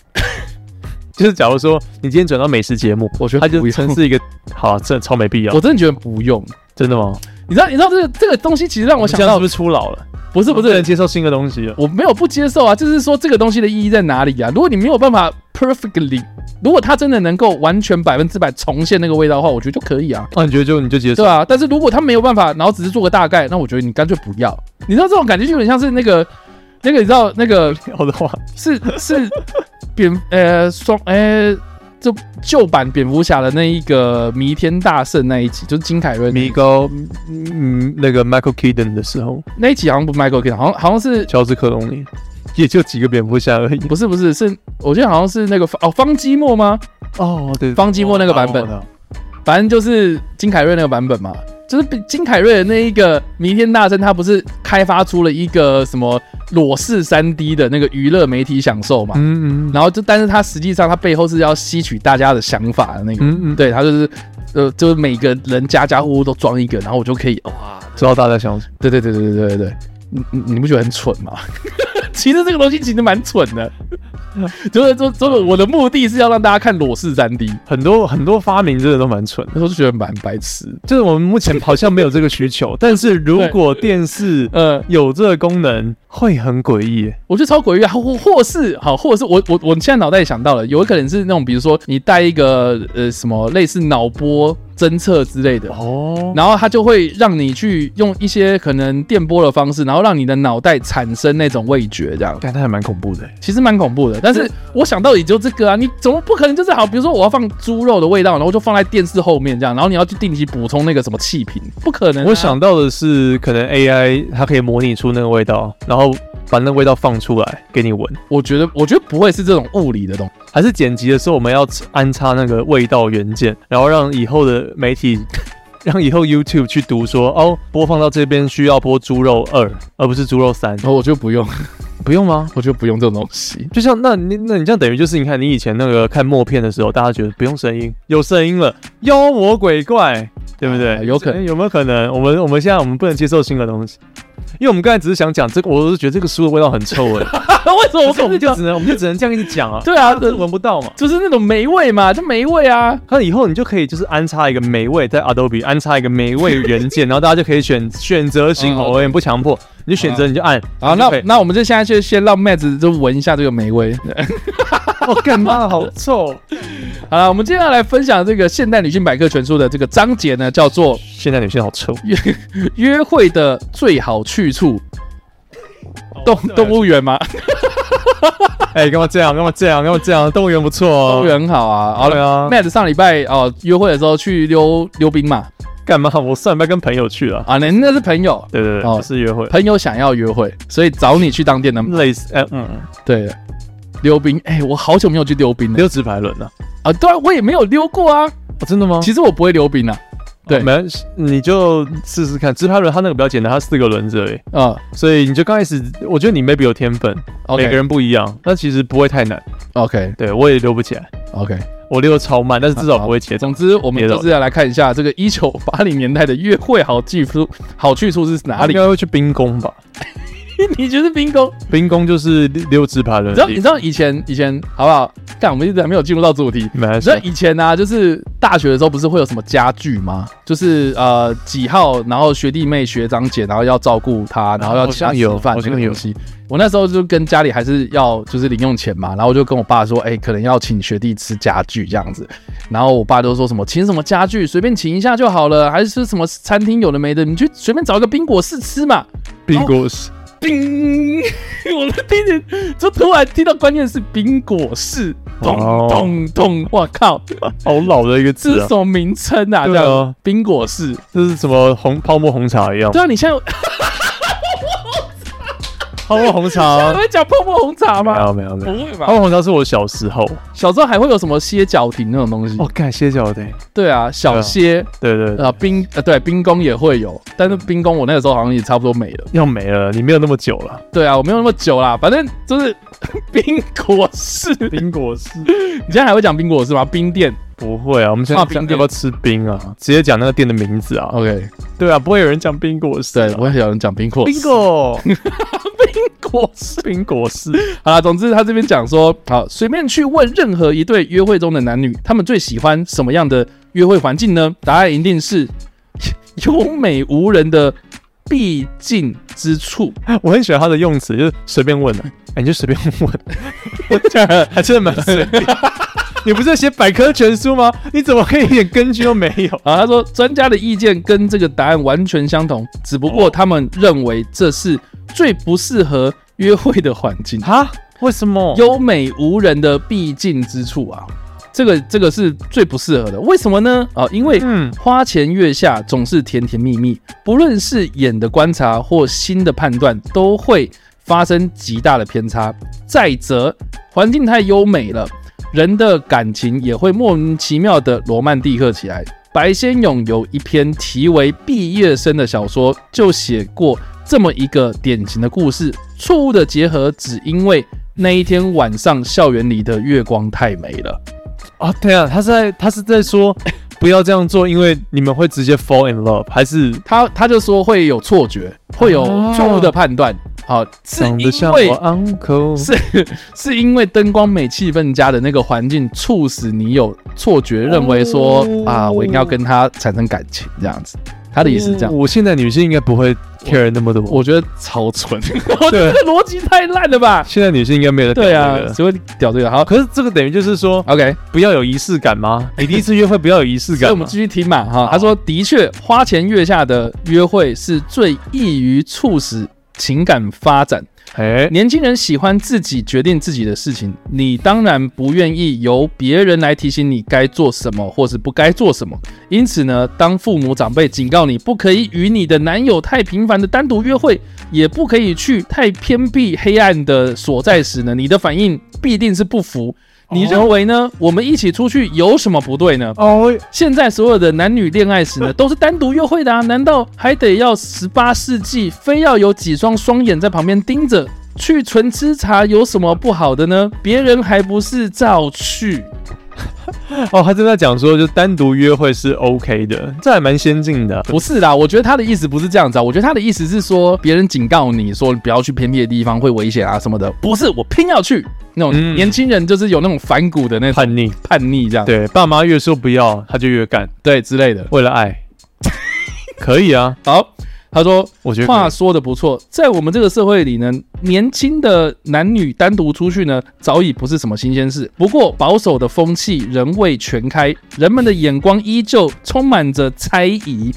Speaker 3: 就是假如说你今天转到美食节目，
Speaker 2: 我觉得
Speaker 3: 他就
Speaker 2: 不用
Speaker 3: 呈是一个好啊，真的超没必要
Speaker 2: 我。真的觉得不用。
Speaker 3: 真的吗？
Speaker 2: 你知道，你知道这个这个东西其实让我
Speaker 3: 我
Speaker 2: 想
Speaker 3: 这样
Speaker 2: 到
Speaker 3: 是 不是初老了？
Speaker 2: 不是
Speaker 3: 是
Speaker 2: 不
Speaker 3: 不
Speaker 2: 是
Speaker 3: 是能，接受新的东西了？
Speaker 2: 我没有不接受啊，就是说这个东西的意义在哪里啊？如果你没有办法 perfectly，如果它真的能够完全百分之百重现那个味道的话，我觉得就可以啊，
Speaker 3: 啊，你觉得就你就接受？
Speaker 2: 对啊。但是如果它没有办法，然后只是做个大概，那我觉得你干脆不要。你知道这种感觉就有点像是那个那个，你知道那个
Speaker 3: 好的话，
Speaker 2: 是是蝙呃双呃。就旧版蝙蝠侠的那一个弥天大圣那一集，就是金凯瑞那一
Speaker 3: 米
Speaker 2: 集
Speaker 3: 高，嗯，那个 Michael Keaton 的时候，
Speaker 2: 那一集，好像不是 Michael Keaton，好像好像是
Speaker 3: 乔治克隆尼也就几个蝙蝠侠而已。
Speaker 2: 不是不是是，我记得好像是那个哦方基莫吗？
Speaker 3: 哦，对，
Speaker 2: 方寂寞那个版本
Speaker 3: 哦
Speaker 2: 反正就是金凯瑞那个版本嘛，就是比金凯瑞的那一个弥天大圣，他不是开发出了一个什么裸视三 D 的那个娱乐媒体享受嘛，
Speaker 3: 嗯嗯
Speaker 2: 然后就但是他实际上他背后是要吸取大家的想法的那个，
Speaker 3: 嗯嗯，对，
Speaker 2: 对他就是呃就是每个人家家户户都装一个，然后我就可以哇，
Speaker 3: 知道大家想什么。
Speaker 2: 对对对对对对对，你你你不觉得很蠢 吗？其实这个东西其实蛮蠢的，就是说说我的目的是要让大家看裸视三 D，
Speaker 3: 很多很多发明真的都蛮蠢的，
Speaker 2: 那时候就觉得蛮白痴的，
Speaker 3: 就是我们目前好像没有这个需 求，但是如果电视
Speaker 2: 呃。
Speaker 3: 有这个功能，会很诡异。
Speaker 2: 我觉得超诡异啊，或或是好，或者是我我我现在脑袋里想到了，有可能是那种比如说你带一个呃什么类似脑波侦测之类的，
Speaker 3: 哦，
Speaker 2: 然后它就会让你去用一些可能电波的方式，然后让你的脑袋产生那种味觉，这样
Speaker 3: 感觉还蛮恐怖的。欸
Speaker 2: 其实蛮恐怖的。但是我想到也就这个啊，你怎么不可能就是好，比如说我要放猪肉的味道，然后就放在电视后面这样，然后你要去定期补充那个什么气瓶，不可能啊、
Speaker 3: 我想到的是，可能 AI 它可以模拟出那个味道，然后把那个味道放出来给你闻。
Speaker 2: 我觉得我觉得不会是这种物理的东西。
Speaker 3: 还是剪辑的时候，我们要安插那个味道元件，然后让以后的媒体， 让以后 YouTube 去读说，哦，播放到这边需要播猪肉二，而不是猪肉三，
Speaker 2: 然后我就不用，
Speaker 3: 哦不用吗？
Speaker 2: 我就不用这种东西。
Speaker 3: 就像那你那你这样等于就是你看你以前那个看默片的时候，大家觉得不用声音，有声音了，妖魔鬼怪，对不对？
Speaker 2: 啊有可能
Speaker 3: 哎有没有可能？我们我们现在我们不能接受新的东西，因为我们刚才只是想讲这个，我是觉得这个书的味道很臭
Speaker 2: 为
Speaker 3: 哎、
Speaker 2: 什么
Speaker 3: 我
Speaker 2: 我
Speaker 3: 说我
Speaker 2: 跟
Speaker 3: 们
Speaker 2: 你
Speaker 3: 就
Speaker 2: 讲？
Speaker 3: 只能我们就只能这样跟你讲啊，
Speaker 2: 对啊，
Speaker 3: 这闻不到嘛。
Speaker 2: 就是那种霉味嘛，就霉味啊。
Speaker 3: 那以后你就可以就是安插一个美味在 Adobe 安插一个美味元件，然后大家就可以选选择型
Speaker 2: 嗯
Speaker 3: 哦，我也不强迫，你就选择你就按。
Speaker 2: 好，
Speaker 3: 你就
Speaker 2: 啊那
Speaker 3: 可以
Speaker 2: 那我们就现在就先让妹子就闻一下这个霉味。
Speaker 3: 哦，干嘛好臭？
Speaker 2: 好了，我们接下来分享这个现代女性百科全书的这个章节呢，叫 做
Speaker 3: 现在女性好臭，
Speaker 2: “约会的最好去处”。动动物园吗？
Speaker 3: 哎，干嘛这样？干嘛这样？干嘛这样？动物园不错哦，
Speaker 2: 动物园很好啊。好
Speaker 3: 对
Speaker 2: 了
Speaker 3: 啊，
Speaker 2: 妹子上礼拜哦约会的时候去溜溜冰嘛，
Speaker 3: 干嘛？我上礼拜跟朋友去了，
Speaker 2: 啊那那是朋友，
Speaker 3: 对对对，
Speaker 2: 哦
Speaker 3: 不是约会，
Speaker 2: 朋友想要约会，所以找你去当电灯。
Speaker 3: 类似哎嗯，
Speaker 2: 对，溜冰，哎，我好久没有去溜冰了
Speaker 3: 溜直排轮呢？
Speaker 2: 啊，对啊，我也没有溜过啊。
Speaker 3: 哦，真的吗？
Speaker 2: 其实我不会溜冰啊，对
Speaker 3: 哦没关系，你就试试看直排轮，它那个比较简单，它四个轮子而已，
Speaker 2: 嗯
Speaker 3: 所以你就刚开始，我觉得你 maybe 有天分，每
Speaker 2: ，OK
Speaker 3: 个人不一样，但其实不会太难。
Speaker 2: OK
Speaker 3: 对我也溜不起来。
Speaker 2: OK，
Speaker 3: 我溜得超慢，但是至少不会切中。
Speaker 2: 总之，我们
Speaker 3: 跌倒
Speaker 2: 就是要来看一下这个一 九八零年代的约会好去处，好去处是哪
Speaker 3: 应
Speaker 2: 里？
Speaker 3: 该会去冰宫吧？
Speaker 2: 你觉得冰宫？
Speaker 3: 冰宫就是溜溜直爬的
Speaker 2: 你知道
Speaker 3: 能
Speaker 2: 你
Speaker 3: 力
Speaker 2: 知，道以前以前好不好？干，我们一直还没有进入到主题。
Speaker 3: 没
Speaker 2: 你
Speaker 3: 关
Speaker 2: 知
Speaker 3: 系
Speaker 2: 道以前呢、啊，就是大学的时候不是会有什么家具吗？就是呃几号，然后学弟妹、学长姐，然后要照顾他，然后要
Speaker 3: 好
Speaker 2: 请他
Speaker 3: 像
Speaker 2: 吃
Speaker 3: 有
Speaker 2: 饭
Speaker 3: 好
Speaker 2: 这
Speaker 3: 像
Speaker 2: 个
Speaker 3: 有
Speaker 2: 东西。我那时候就跟家里还是要就是零用钱嘛，然后我就跟我爸说，哎、可能要请学弟吃家具这样子。然后我爸就说什么请什么家具，随便请一下就好了，还是什么餐厅有的没的，你去随便找一个冰果室吃 嘛。
Speaker 3: 冰果是
Speaker 2: 冰，我的听 见，就突然听到关键是冰果室，咚
Speaker 3: 哦
Speaker 2: 咚咚，我靠，
Speaker 3: 好老的一个
Speaker 2: 这
Speaker 3: 字
Speaker 2: 是
Speaker 3: 啊
Speaker 2: 什，么名称啊？这
Speaker 3: 对啊
Speaker 2: 样冰果室，
Speaker 3: 这是什么红泡沫红茶一样，
Speaker 2: 对啊，你现在
Speaker 3: 泡沫红 茶啊
Speaker 2: 还会讲泡沫红茶
Speaker 3: 没
Speaker 2: 吗？
Speaker 3: 有没有没
Speaker 2: 不
Speaker 3: 有，
Speaker 2: 会
Speaker 3: 泡
Speaker 2: 吧？
Speaker 3: 沫红茶是我小时候，
Speaker 2: 小时候还会有什么歇脚亭那种东西
Speaker 3: 哦，？感谢脚的，
Speaker 2: 对啊，小歇
Speaker 3: 对对对，
Speaker 2: 啊冰呃对冰宫也会有，但是冰宫我那个时候好像也差不多没了。
Speaker 3: 要没了，你没有那么久了，
Speaker 2: 对啊，我没有那么久啦，反正就是 冰果室。你
Speaker 3: 冰果是。
Speaker 2: 现在还会讲冰果室吗？冰店
Speaker 3: 不会啊，我们现在
Speaker 2: 啊冰
Speaker 3: 讲
Speaker 2: 店
Speaker 3: 要不要吃冰啊？直接讲那个店的名字啊。
Speaker 2: ，OK，
Speaker 3: 对啊，不会有人讲冰果室、啊。
Speaker 2: 对，我也有人讲冰果室。
Speaker 3: 冰果
Speaker 2: 冰果室。
Speaker 3: 冰果室，
Speaker 2: 好啦，总之他这边讲说，好，随便去问任何一对约会中的男女，他们最喜欢什么样的约会环境呢？答案一定是优美无人的必进之处。
Speaker 3: 我很喜欢他的用词，就是随便问的、啊。哎、你就随便 问，我讲得还真的蛮随便。你不是写百科全书吗？你怎么可以一点根据都没有？
Speaker 2: 啊，他说专家的意见跟这个答案完全相同，只不过他们认为这是最不适合约会的环境。
Speaker 3: 哈？为什么？
Speaker 2: 优美无人的必进之处啊。这个这个是最不适合的，为什么呢？啊，因为
Speaker 3: 嗯
Speaker 2: 花前月下总是甜甜蜜蜜，不论是眼的观察或心的判断，都会发生极大的偏差。再则，环境太优美了，人的感情也会莫名其妙的罗曼蒂克起来。白先勇有一篇题为《毕业生》的小说，就写过这么一个典型的故事：错误的结合，只因为那一天晚上校园里的月光太美了。
Speaker 3: 啊，对啊，他是在他是在说不要这样做，因为你们会直接 fall in love，还是
Speaker 2: 他他就说会有错觉，会有错误的判断。好、是
Speaker 3: 长得
Speaker 2: 因
Speaker 3: 像
Speaker 2: 为
Speaker 3: 我 uncle？
Speaker 2: 是是因为灯光美、气氛佳的那个环境，促使你有错觉，认为说、啊，我应该要跟他产生感情这样子。他的意思是这样，
Speaker 3: 嗯我现在女性应该不会 care 那么多。
Speaker 2: 我觉得超蠢，我觉得
Speaker 3: 对
Speaker 2: 这个逻辑太烂了吧？
Speaker 3: 现在女性应该没有在
Speaker 2: 对
Speaker 3: 屌
Speaker 2: 啊
Speaker 3: 这个，
Speaker 2: 只会屌这个。好
Speaker 3: 可是这个等于就是说，
Speaker 2: ，OK，
Speaker 3: 不要有仪式感吗？你第一次约会不要有仪式
Speaker 2: 所以我
Speaker 3: 感
Speaker 2: 们
Speaker 3: 吗
Speaker 2: 继？续听嘛哈。他说，的确，花前月下的约会是最易于促使情感发展。
Speaker 3: 哎，
Speaker 2: 年轻人喜欢自己决定自己的事情，你当然不愿意由别人来提醒你该做什么或是不该做什么。因此呢，当父母长辈警告你不可以与你的男友太频繁的单独约会，也不可以去太偏僻黑暗的所在时呢，你的反应必定是不服。你认为呢？我们一起出去有什么不对呢？
Speaker 3: 哦，
Speaker 2: 现在所有的男女恋爱史呢，都是单独约会的啊，难道还得要十八世纪，非要有几双双眼在旁边盯着？去纯吃茶有什么不好的呢？别人还不是照去？
Speaker 3: 哦，他正在讲说，就单独约会是 OK 的，这还蛮先进的。
Speaker 2: 不是啦，我觉得他的意思不是这样子啊，我觉得他的意思是说，别人警告你说你不要去偏僻的地方会危险啊什么的，不是我偏要去。那种
Speaker 3: 嗯
Speaker 2: 年轻人就是有那种反骨的那种
Speaker 3: 叛逆，
Speaker 2: 叛逆，这样
Speaker 3: 对，爸妈越说不要，他就越干，
Speaker 2: 对之类的。
Speaker 3: 为了 爱，可以啊，
Speaker 2: 好，他说
Speaker 3: 我觉得可
Speaker 2: 话
Speaker 3: 以
Speaker 2: 说的不错，在我们这个社会里呢，年轻的男女单独出去呢，早已不是什么新鲜事。不过保守的风气仍未全开，人们的眼光依旧充满着猜疑。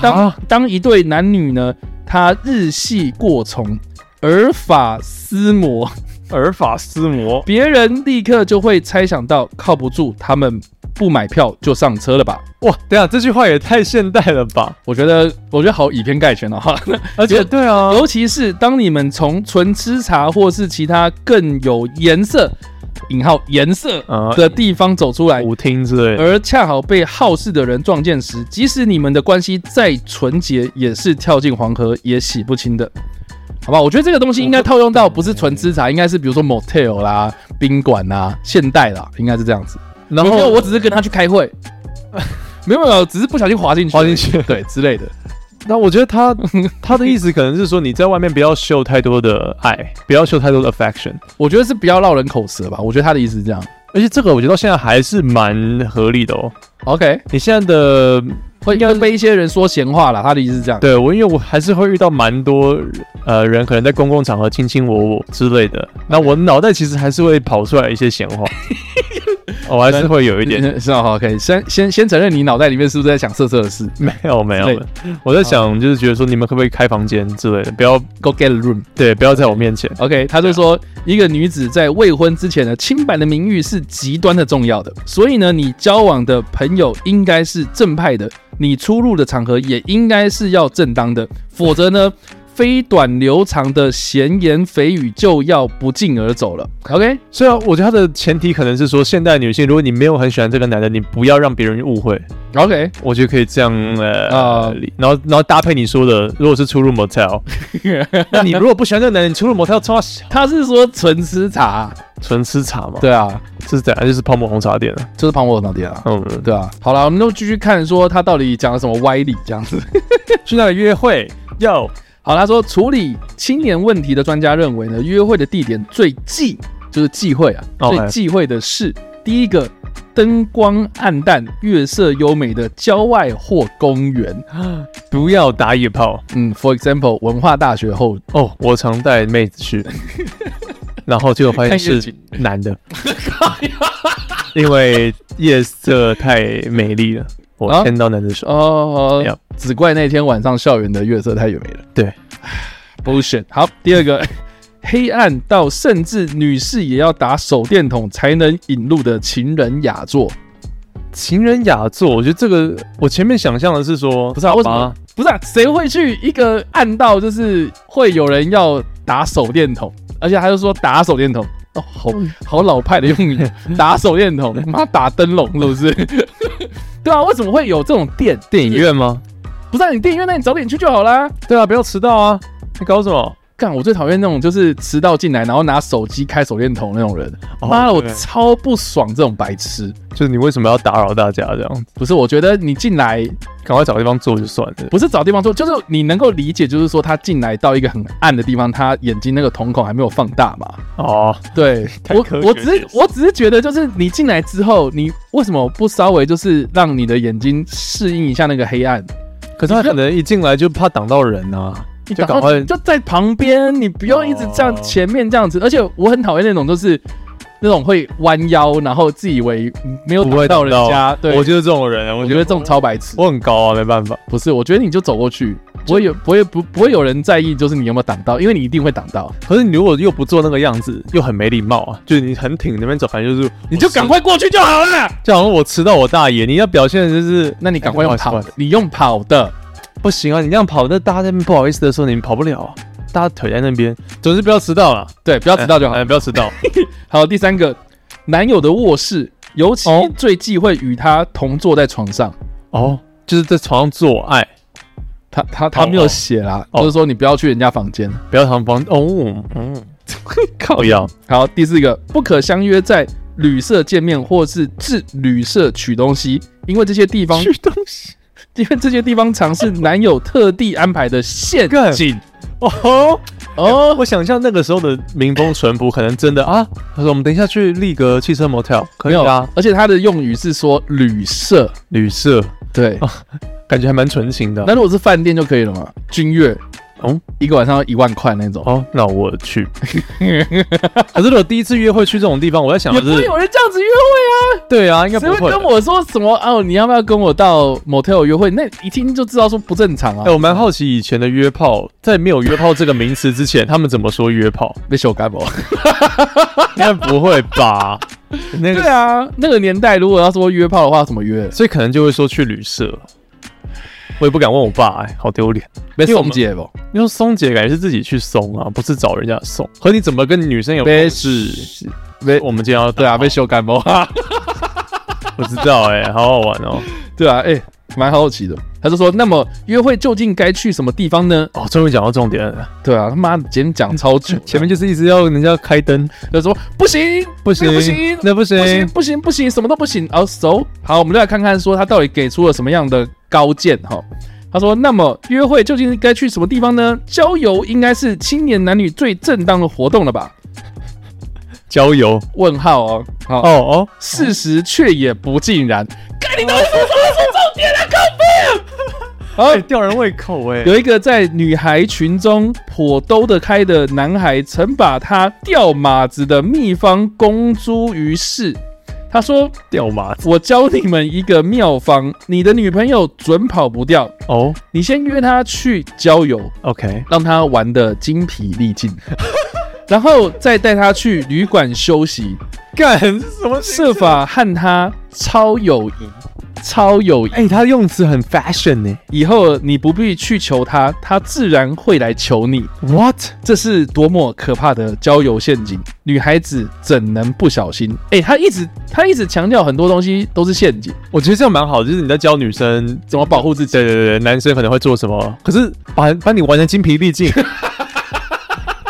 Speaker 2: 当、
Speaker 3: 啊
Speaker 2: 当一对男女呢，他日系过从，耳法思磨，
Speaker 3: 耳法思磨，
Speaker 2: 别人立刻就会猜想到靠不住，他们不买票就上车了吧？
Speaker 3: 哇，等一下这句话也太现代了吧？
Speaker 2: 我觉得，我觉得好以偏概全哦。哈。
Speaker 3: 而且对啊，
Speaker 2: 尤其是当你们从纯吃茶或是其他更有颜色（引号颜色）
Speaker 3: 呃
Speaker 2: 的地方走出来，
Speaker 3: 舞厅之类的，
Speaker 2: 而恰好被好事的人撞见时，即使你们的关系再纯洁，也是跳进黄河也洗不清的。好吧，我觉得这个东西应该套用到不是纯吃茶，应该是比如说 motel 啦、宾馆啦、现代啦，应该是这样子。
Speaker 3: 然
Speaker 2: 我觉得
Speaker 3: 后
Speaker 2: 我只是跟他去开会，没有没有，只是不小心滑进去，
Speaker 3: 滑进去
Speaker 2: 对之类的。
Speaker 3: 那我觉得他 他的意思可能是说，你在外面不要秀太多的爱，不要秀太多的 affection。
Speaker 2: 我觉得是不要绕人口舌吧。我觉得他的意思是这样。
Speaker 3: 而且这个我觉得到现在还是蛮合理的哦。
Speaker 2: OK，
Speaker 3: 你现在的
Speaker 2: 会应该被一些人说闲话啦。他的意思是这样。嗯
Speaker 3: 对我，因为我还是会遇到蛮多呃人，可能在公共场合卿卿我我之类的。那我脑袋其实还是会跑出来一些闲 话，哦我还是会有一点。
Speaker 2: 嗯， 是啊好，OK，先先先承认你脑袋里面是不是在想色色的事
Speaker 3: 没有没
Speaker 2: 之类
Speaker 3: 有
Speaker 2: 的，
Speaker 3: 我在想就是觉得说你们可不可以开房间之类的，不要
Speaker 2: ？Go get a room。
Speaker 3: 对不要在我面前。
Speaker 2: OK，他就说，一个女子在未婚之前的清白的名誉是极端的重要的，所以呢，你交往的朋友应该是正派的，你出入的场合也应该是要正当的，否则呢，飞短流长的闲言蜚语就要不胫而走了。OK，
Speaker 3: 虽然我觉得他的前提可能是说，现代女性如果你没有很喜欢这个男的，你不要让别人误会。
Speaker 2: OK，
Speaker 3: 我觉得可以这样呃，
Speaker 2: 啊
Speaker 3: 然后然后搭配你说的，如果是出入 motel，那 你如果不喜欢这个男人，你出入 motel 冲他小
Speaker 2: 他是说纯吃茶， 啊
Speaker 3: 纯吃茶嘛？，
Speaker 2: 对啊，
Speaker 3: 是怎样？就是泡沫红茶店了。
Speaker 2: 就是旁我脑店啊。
Speaker 3: 嗯，
Speaker 2: 对啊，好了，我们就继续看说他到底讲了什么歪理这样子。
Speaker 3: 去那里约会要
Speaker 2: 好，他说处理青年问题的专家认为呢，约会的地点最忌就是忌讳啊，
Speaker 3: 哦
Speaker 2: 最
Speaker 3: 哎
Speaker 2: 忌讳的是第一个灯光暗淡、月色优美的郊外或公园。
Speaker 3: 不要打野炮
Speaker 2: 嗯，for example，文化大学后，
Speaker 3: 哦。我常带妹子 去，然后结果发现
Speaker 2: 看夜
Speaker 3: 是
Speaker 2: 景
Speaker 3: 男 的，因为夜色太美丽了，我
Speaker 2: 啊
Speaker 3: 牵到男的手。
Speaker 2: 哦
Speaker 3: Yep，
Speaker 2: 只怪那天晚上校园的月色太优美了。
Speaker 3: 对，
Speaker 2: bullshit。好，第二个， 黑暗到甚至女士也要打手电筒才能引路的情人雅座。
Speaker 3: 情人雅座，我觉得这个我前面想象的是说，
Speaker 2: 不是啊，
Speaker 3: 好
Speaker 2: 为什么
Speaker 3: 吧？
Speaker 2: 不是啊，谁会去一个暗道就是会有人要打手电筒，而且他就说打手电筒。哦，好好老派的用 语，打手电筒，妈打灯笼是不 是？对啊，为什么会有这种店？
Speaker 3: 电影院吗？
Speaker 2: 不是、啊、你电影院，那你早点去就好啦。
Speaker 3: 对啊，不要迟到啊！你搞什么？
Speaker 2: 干，我最讨厌那种就是迟到进来，然后拿手机开手电筒那种人。
Speaker 3: 哦
Speaker 2: 妈的，我
Speaker 3: 对
Speaker 2: 超不爽这种白痴。
Speaker 3: 就是你为什么要打扰大家这样？
Speaker 2: 不是，我觉得你进来
Speaker 3: 赶快找个地方坐就算了。
Speaker 2: 不是找地方坐，就是你能够理解，就是说他进来到一个很暗的地方，他眼睛那个瞳孔还没有放大嘛。
Speaker 3: 哦，
Speaker 2: 对
Speaker 3: 太
Speaker 2: 我
Speaker 3: 科，学
Speaker 2: 我只是我只是觉得，就是你进来之后，你为什么不稍微就是让你的眼睛适应一下那个黑暗？
Speaker 3: 可是他可能一进来就怕挡到人啊，
Speaker 2: 你
Speaker 3: 就
Speaker 2: 赶
Speaker 3: 赶
Speaker 2: 快
Speaker 3: 快
Speaker 2: 就在旁边，你不要一直这样
Speaker 3: 哦
Speaker 2: 前面这样子。而且我很讨厌那种就是那种会弯腰，然后自以为没有
Speaker 3: 不会
Speaker 2: 挡到人
Speaker 3: 挡
Speaker 2: 家。对，
Speaker 3: 我就是这种人啊，
Speaker 2: 我
Speaker 3: 我
Speaker 2: 觉
Speaker 3: 觉
Speaker 2: 得
Speaker 3: 得
Speaker 2: 这种超白痴。
Speaker 3: 我很高啊，没办法。
Speaker 2: 不是，我觉得你就走过去，不会有不会不不会有人在意，就是你有没有挡到，因为你一定会挡到，
Speaker 3: 可是你如果又不做那个样子，又很没礼貌啊，就是你很挺那边走，反正就是
Speaker 2: 你就赶，
Speaker 3: 我
Speaker 2: 快过去就好了。
Speaker 3: 是就好像我迟到我大爷，你要表现的就是
Speaker 2: 那你赶快
Speaker 3: 哎
Speaker 2: 用
Speaker 3: 不好
Speaker 2: 跑
Speaker 3: 意思
Speaker 2: 的，你用跑的。
Speaker 3: 不行啊，你这样跑，那大家在那边不好意思的时候，你们跑不了啊，大家腿在那边，总之不要迟到了，啊
Speaker 2: 对，不要迟到就好。
Speaker 3: 哎不要迟到。
Speaker 2: 好，第三个，男友的卧室，尤其
Speaker 3: 哦
Speaker 2: 最忌讳与他同坐在床上。
Speaker 3: 哦，就是在床上做爱，
Speaker 2: 他他他
Speaker 3: 哦
Speaker 2: 没有写啦，
Speaker 3: 哦
Speaker 2: 就是说你不要去人家房间。
Speaker 3: 不要躺房哦，嗯， 靠腰。
Speaker 2: 好，第四个，不可相约在旅社见面或是至旅社取东西，因为这些地方，
Speaker 3: 吃东西。
Speaker 2: 因为这些地方常是男友特地安排的陷
Speaker 3: 干
Speaker 2: 阱。
Speaker 3: 哦吼
Speaker 2: 哦，
Speaker 3: 我想象那个时候的民风淳朴，可能真的啊。他说我们等一下去丽格汽车 motel，可
Speaker 2: 没
Speaker 3: 以
Speaker 2: 有
Speaker 3: 啊，，
Speaker 2: 而且他的用语是说旅社，
Speaker 3: 旅社，
Speaker 2: 对。
Speaker 3: 感觉还蛮纯情的。
Speaker 2: 那如果是饭店就可以了嘛？君悦，
Speaker 3: 哦
Speaker 2: 一个晚上要一万块那种。
Speaker 3: 哦，那我去。 可是如果第一次约会去这种地方，我在想
Speaker 2: 也
Speaker 3: 的
Speaker 2: 不会
Speaker 3: 是，
Speaker 2: 有人这样子约会啊。
Speaker 3: 对啊，应该
Speaker 2: 谁
Speaker 3: 不
Speaker 2: 会
Speaker 3: 会
Speaker 2: 跟。我说什么哦？你要不要跟我到 motel 约会？那一听就知道说不正常啊
Speaker 3: 哎，，我蛮好奇以前的约炮，在没有约炮这个名词之前，他们怎么说约炮？
Speaker 2: 被修改不？
Speaker 3: 应该不会吧？那
Speaker 2: 对
Speaker 3: 个，
Speaker 2: 啊，那个年代如果要说约炮的话，怎么约？
Speaker 3: 所以可能就会说去旅社。我也不敢问我爸，哎，好丢脸。
Speaker 2: 被
Speaker 3: 因为我
Speaker 2: 松
Speaker 3: 们
Speaker 2: 姐不？
Speaker 3: 你说松姐感觉是自己去松啊，不是找人家松。可你怎么跟女生有
Speaker 2: 被
Speaker 3: 共识？
Speaker 2: 是被
Speaker 3: 我们今天要
Speaker 2: 对啊，被修改不？
Speaker 3: 不知道哎、好好玩哦。
Speaker 2: 对啊，哎，蛮好奇的。他就说，那么约会究竟该去什么地方呢？
Speaker 3: 哦，终于讲到重点了，
Speaker 2: 对啊，他妈的今天讲超 久，
Speaker 3: 前面就是一直要人家开灯，
Speaker 2: 就说不行，
Speaker 3: 不行
Speaker 2: 那个不行，
Speaker 3: 那不
Speaker 2: 不行
Speaker 3: 行，
Speaker 2: 不行不行，什么都不行。哦，so 好，我们就来看看说他到底给出了什么样的高见哈。他说：“那么约会究竟该去什么地方呢？郊游应该是青年男女最正当的活动了吧？”
Speaker 3: 郊游
Speaker 2: 问号哦，好、
Speaker 3: 哦哦，
Speaker 2: 事实却也不尽然。该你都是重点了，靠背。
Speaker 3: 哎，吊人胃口哎、
Speaker 2: 有一个在女孩群中颇兜得开的男孩，曾把他掉马子的秘方公诸于世。他说
Speaker 3: 掉马：“
Speaker 2: 我教你们一个妙方，你的女朋友准跑不掉。
Speaker 3: 哦
Speaker 2: 你先约她去郊游，
Speaker 3: ，OK，
Speaker 2: 让她玩得精疲力 尽，然后再带她去旅馆休息，
Speaker 3: 干什么事？
Speaker 2: 设法和她超友谊，超友谊。
Speaker 3: 哎、他用词很 fashion 哎呢、
Speaker 2: 以后你不必去求她，她自然会来求你。”
Speaker 3: What？
Speaker 2: 这是多么可怕的交友陷阱！女孩子怎能不小心？哎、她一直她一直强调很多东西都是陷阱，
Speaker 3: 我觉得这样蛮好，就是你在教女生
Speaker 2: 怎么保护自己？
Speaker 3: 对对对，对男生可能会做什么，可是把把你玩的精疲力 尽，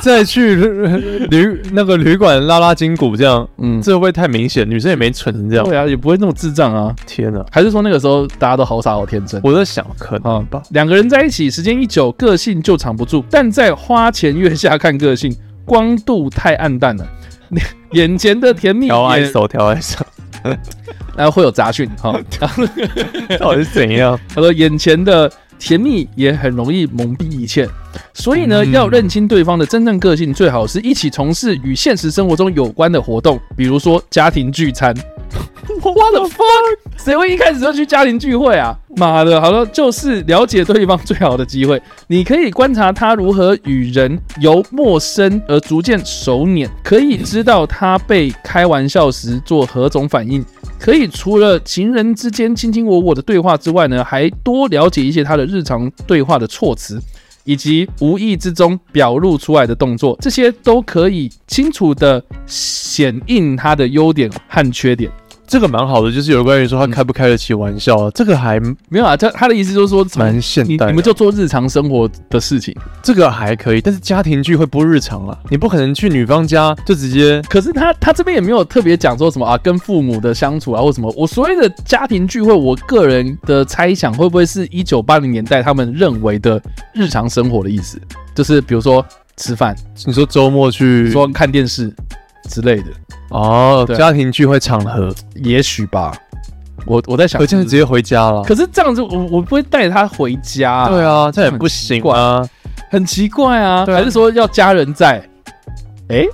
Speaker 3: 再去旅旅那个旅馆拉拉筋骨这样，
Speaker 2: 嗯
Speaker 3: 这会不会太明显？女生也没蠢成这样。
Speaker 2: 对啊，也不会那么智障啊。
Speaker 3: 天啊，
Speaker 2: 还是说那个时候大家都好傻好天真？
Speaker 3: 我在想可能吧
Speaker 2: 啊，，两个人在一起时间一久，个性就藏不住。但在花前月下看个性，光度太暗淡了， 眼前的甜蜜
Speaker 3: 调爱
Speaker 2: 也
Speaker 3: 手调爱 手，
Speaker 2: 然后会有杂讯哈。然后
Speaker 3: 到底是怎样？
Speaker 2: 他说眼前的甜蜜也很容易蒙蔽一切，所以呢，要认清对方的真正个性，最好是一起从事与现实生活中有关的活动，比如说家庭聚餐。What the fuck？谁会一开始就去家庭聚会啊？妈的，好了，就是了解对方最好的机会。你可以观察他如何与人由陌生而逐渐熟稔，可以知道他被开玩笑时做何种反应，可以除了情人之间卿卿我我的对话之外呢，还多了解一些他的日常对话的措辞，以及无意之中表露出来的动作，这些都可以清楚的显映他的优点和缺点。
Speaker 3: 这个蛮好的，就是有关于说他开不开得起玩笑啊，这个还
Speaker 2: 没有啊，他他的意思就是说，
Speaker 3: 蛮现
Speaker 2: 你
Speaker 3: 代的
Speaker 2: 你们就做日常生活的事情。
Speaker 3: 这个还可以，但是家庭聚会不日常啊，你不可能去女方家就直接
Speaker 2: 可是他他这边也没有特别讲说什么啊，跟父母的相处啊，或什么。我所谓的家庭聚会，我个人的猜想会不会是一九八零年代他们认为的日常生活的意思，就是比如说吃饭、
Speaker 3: 你说周末去
Speaker 2: 说看电视之类的，
Speaker 3: 哦
Speaker 2: 对
Speaker 3: 家庭聚会场合，
Speaker 2: 也许吧。我我在想
Speaker 3: 可这样直接回家了。
Speaker 2: 可是这样子我我不会带他回家、啊，
Speaker 3: 对，啊，这样也不行啊！
Speaker 2: 很奇怪啊。
Speaker 3: 对啊
Speaker 2: 还是说要家人在？哎、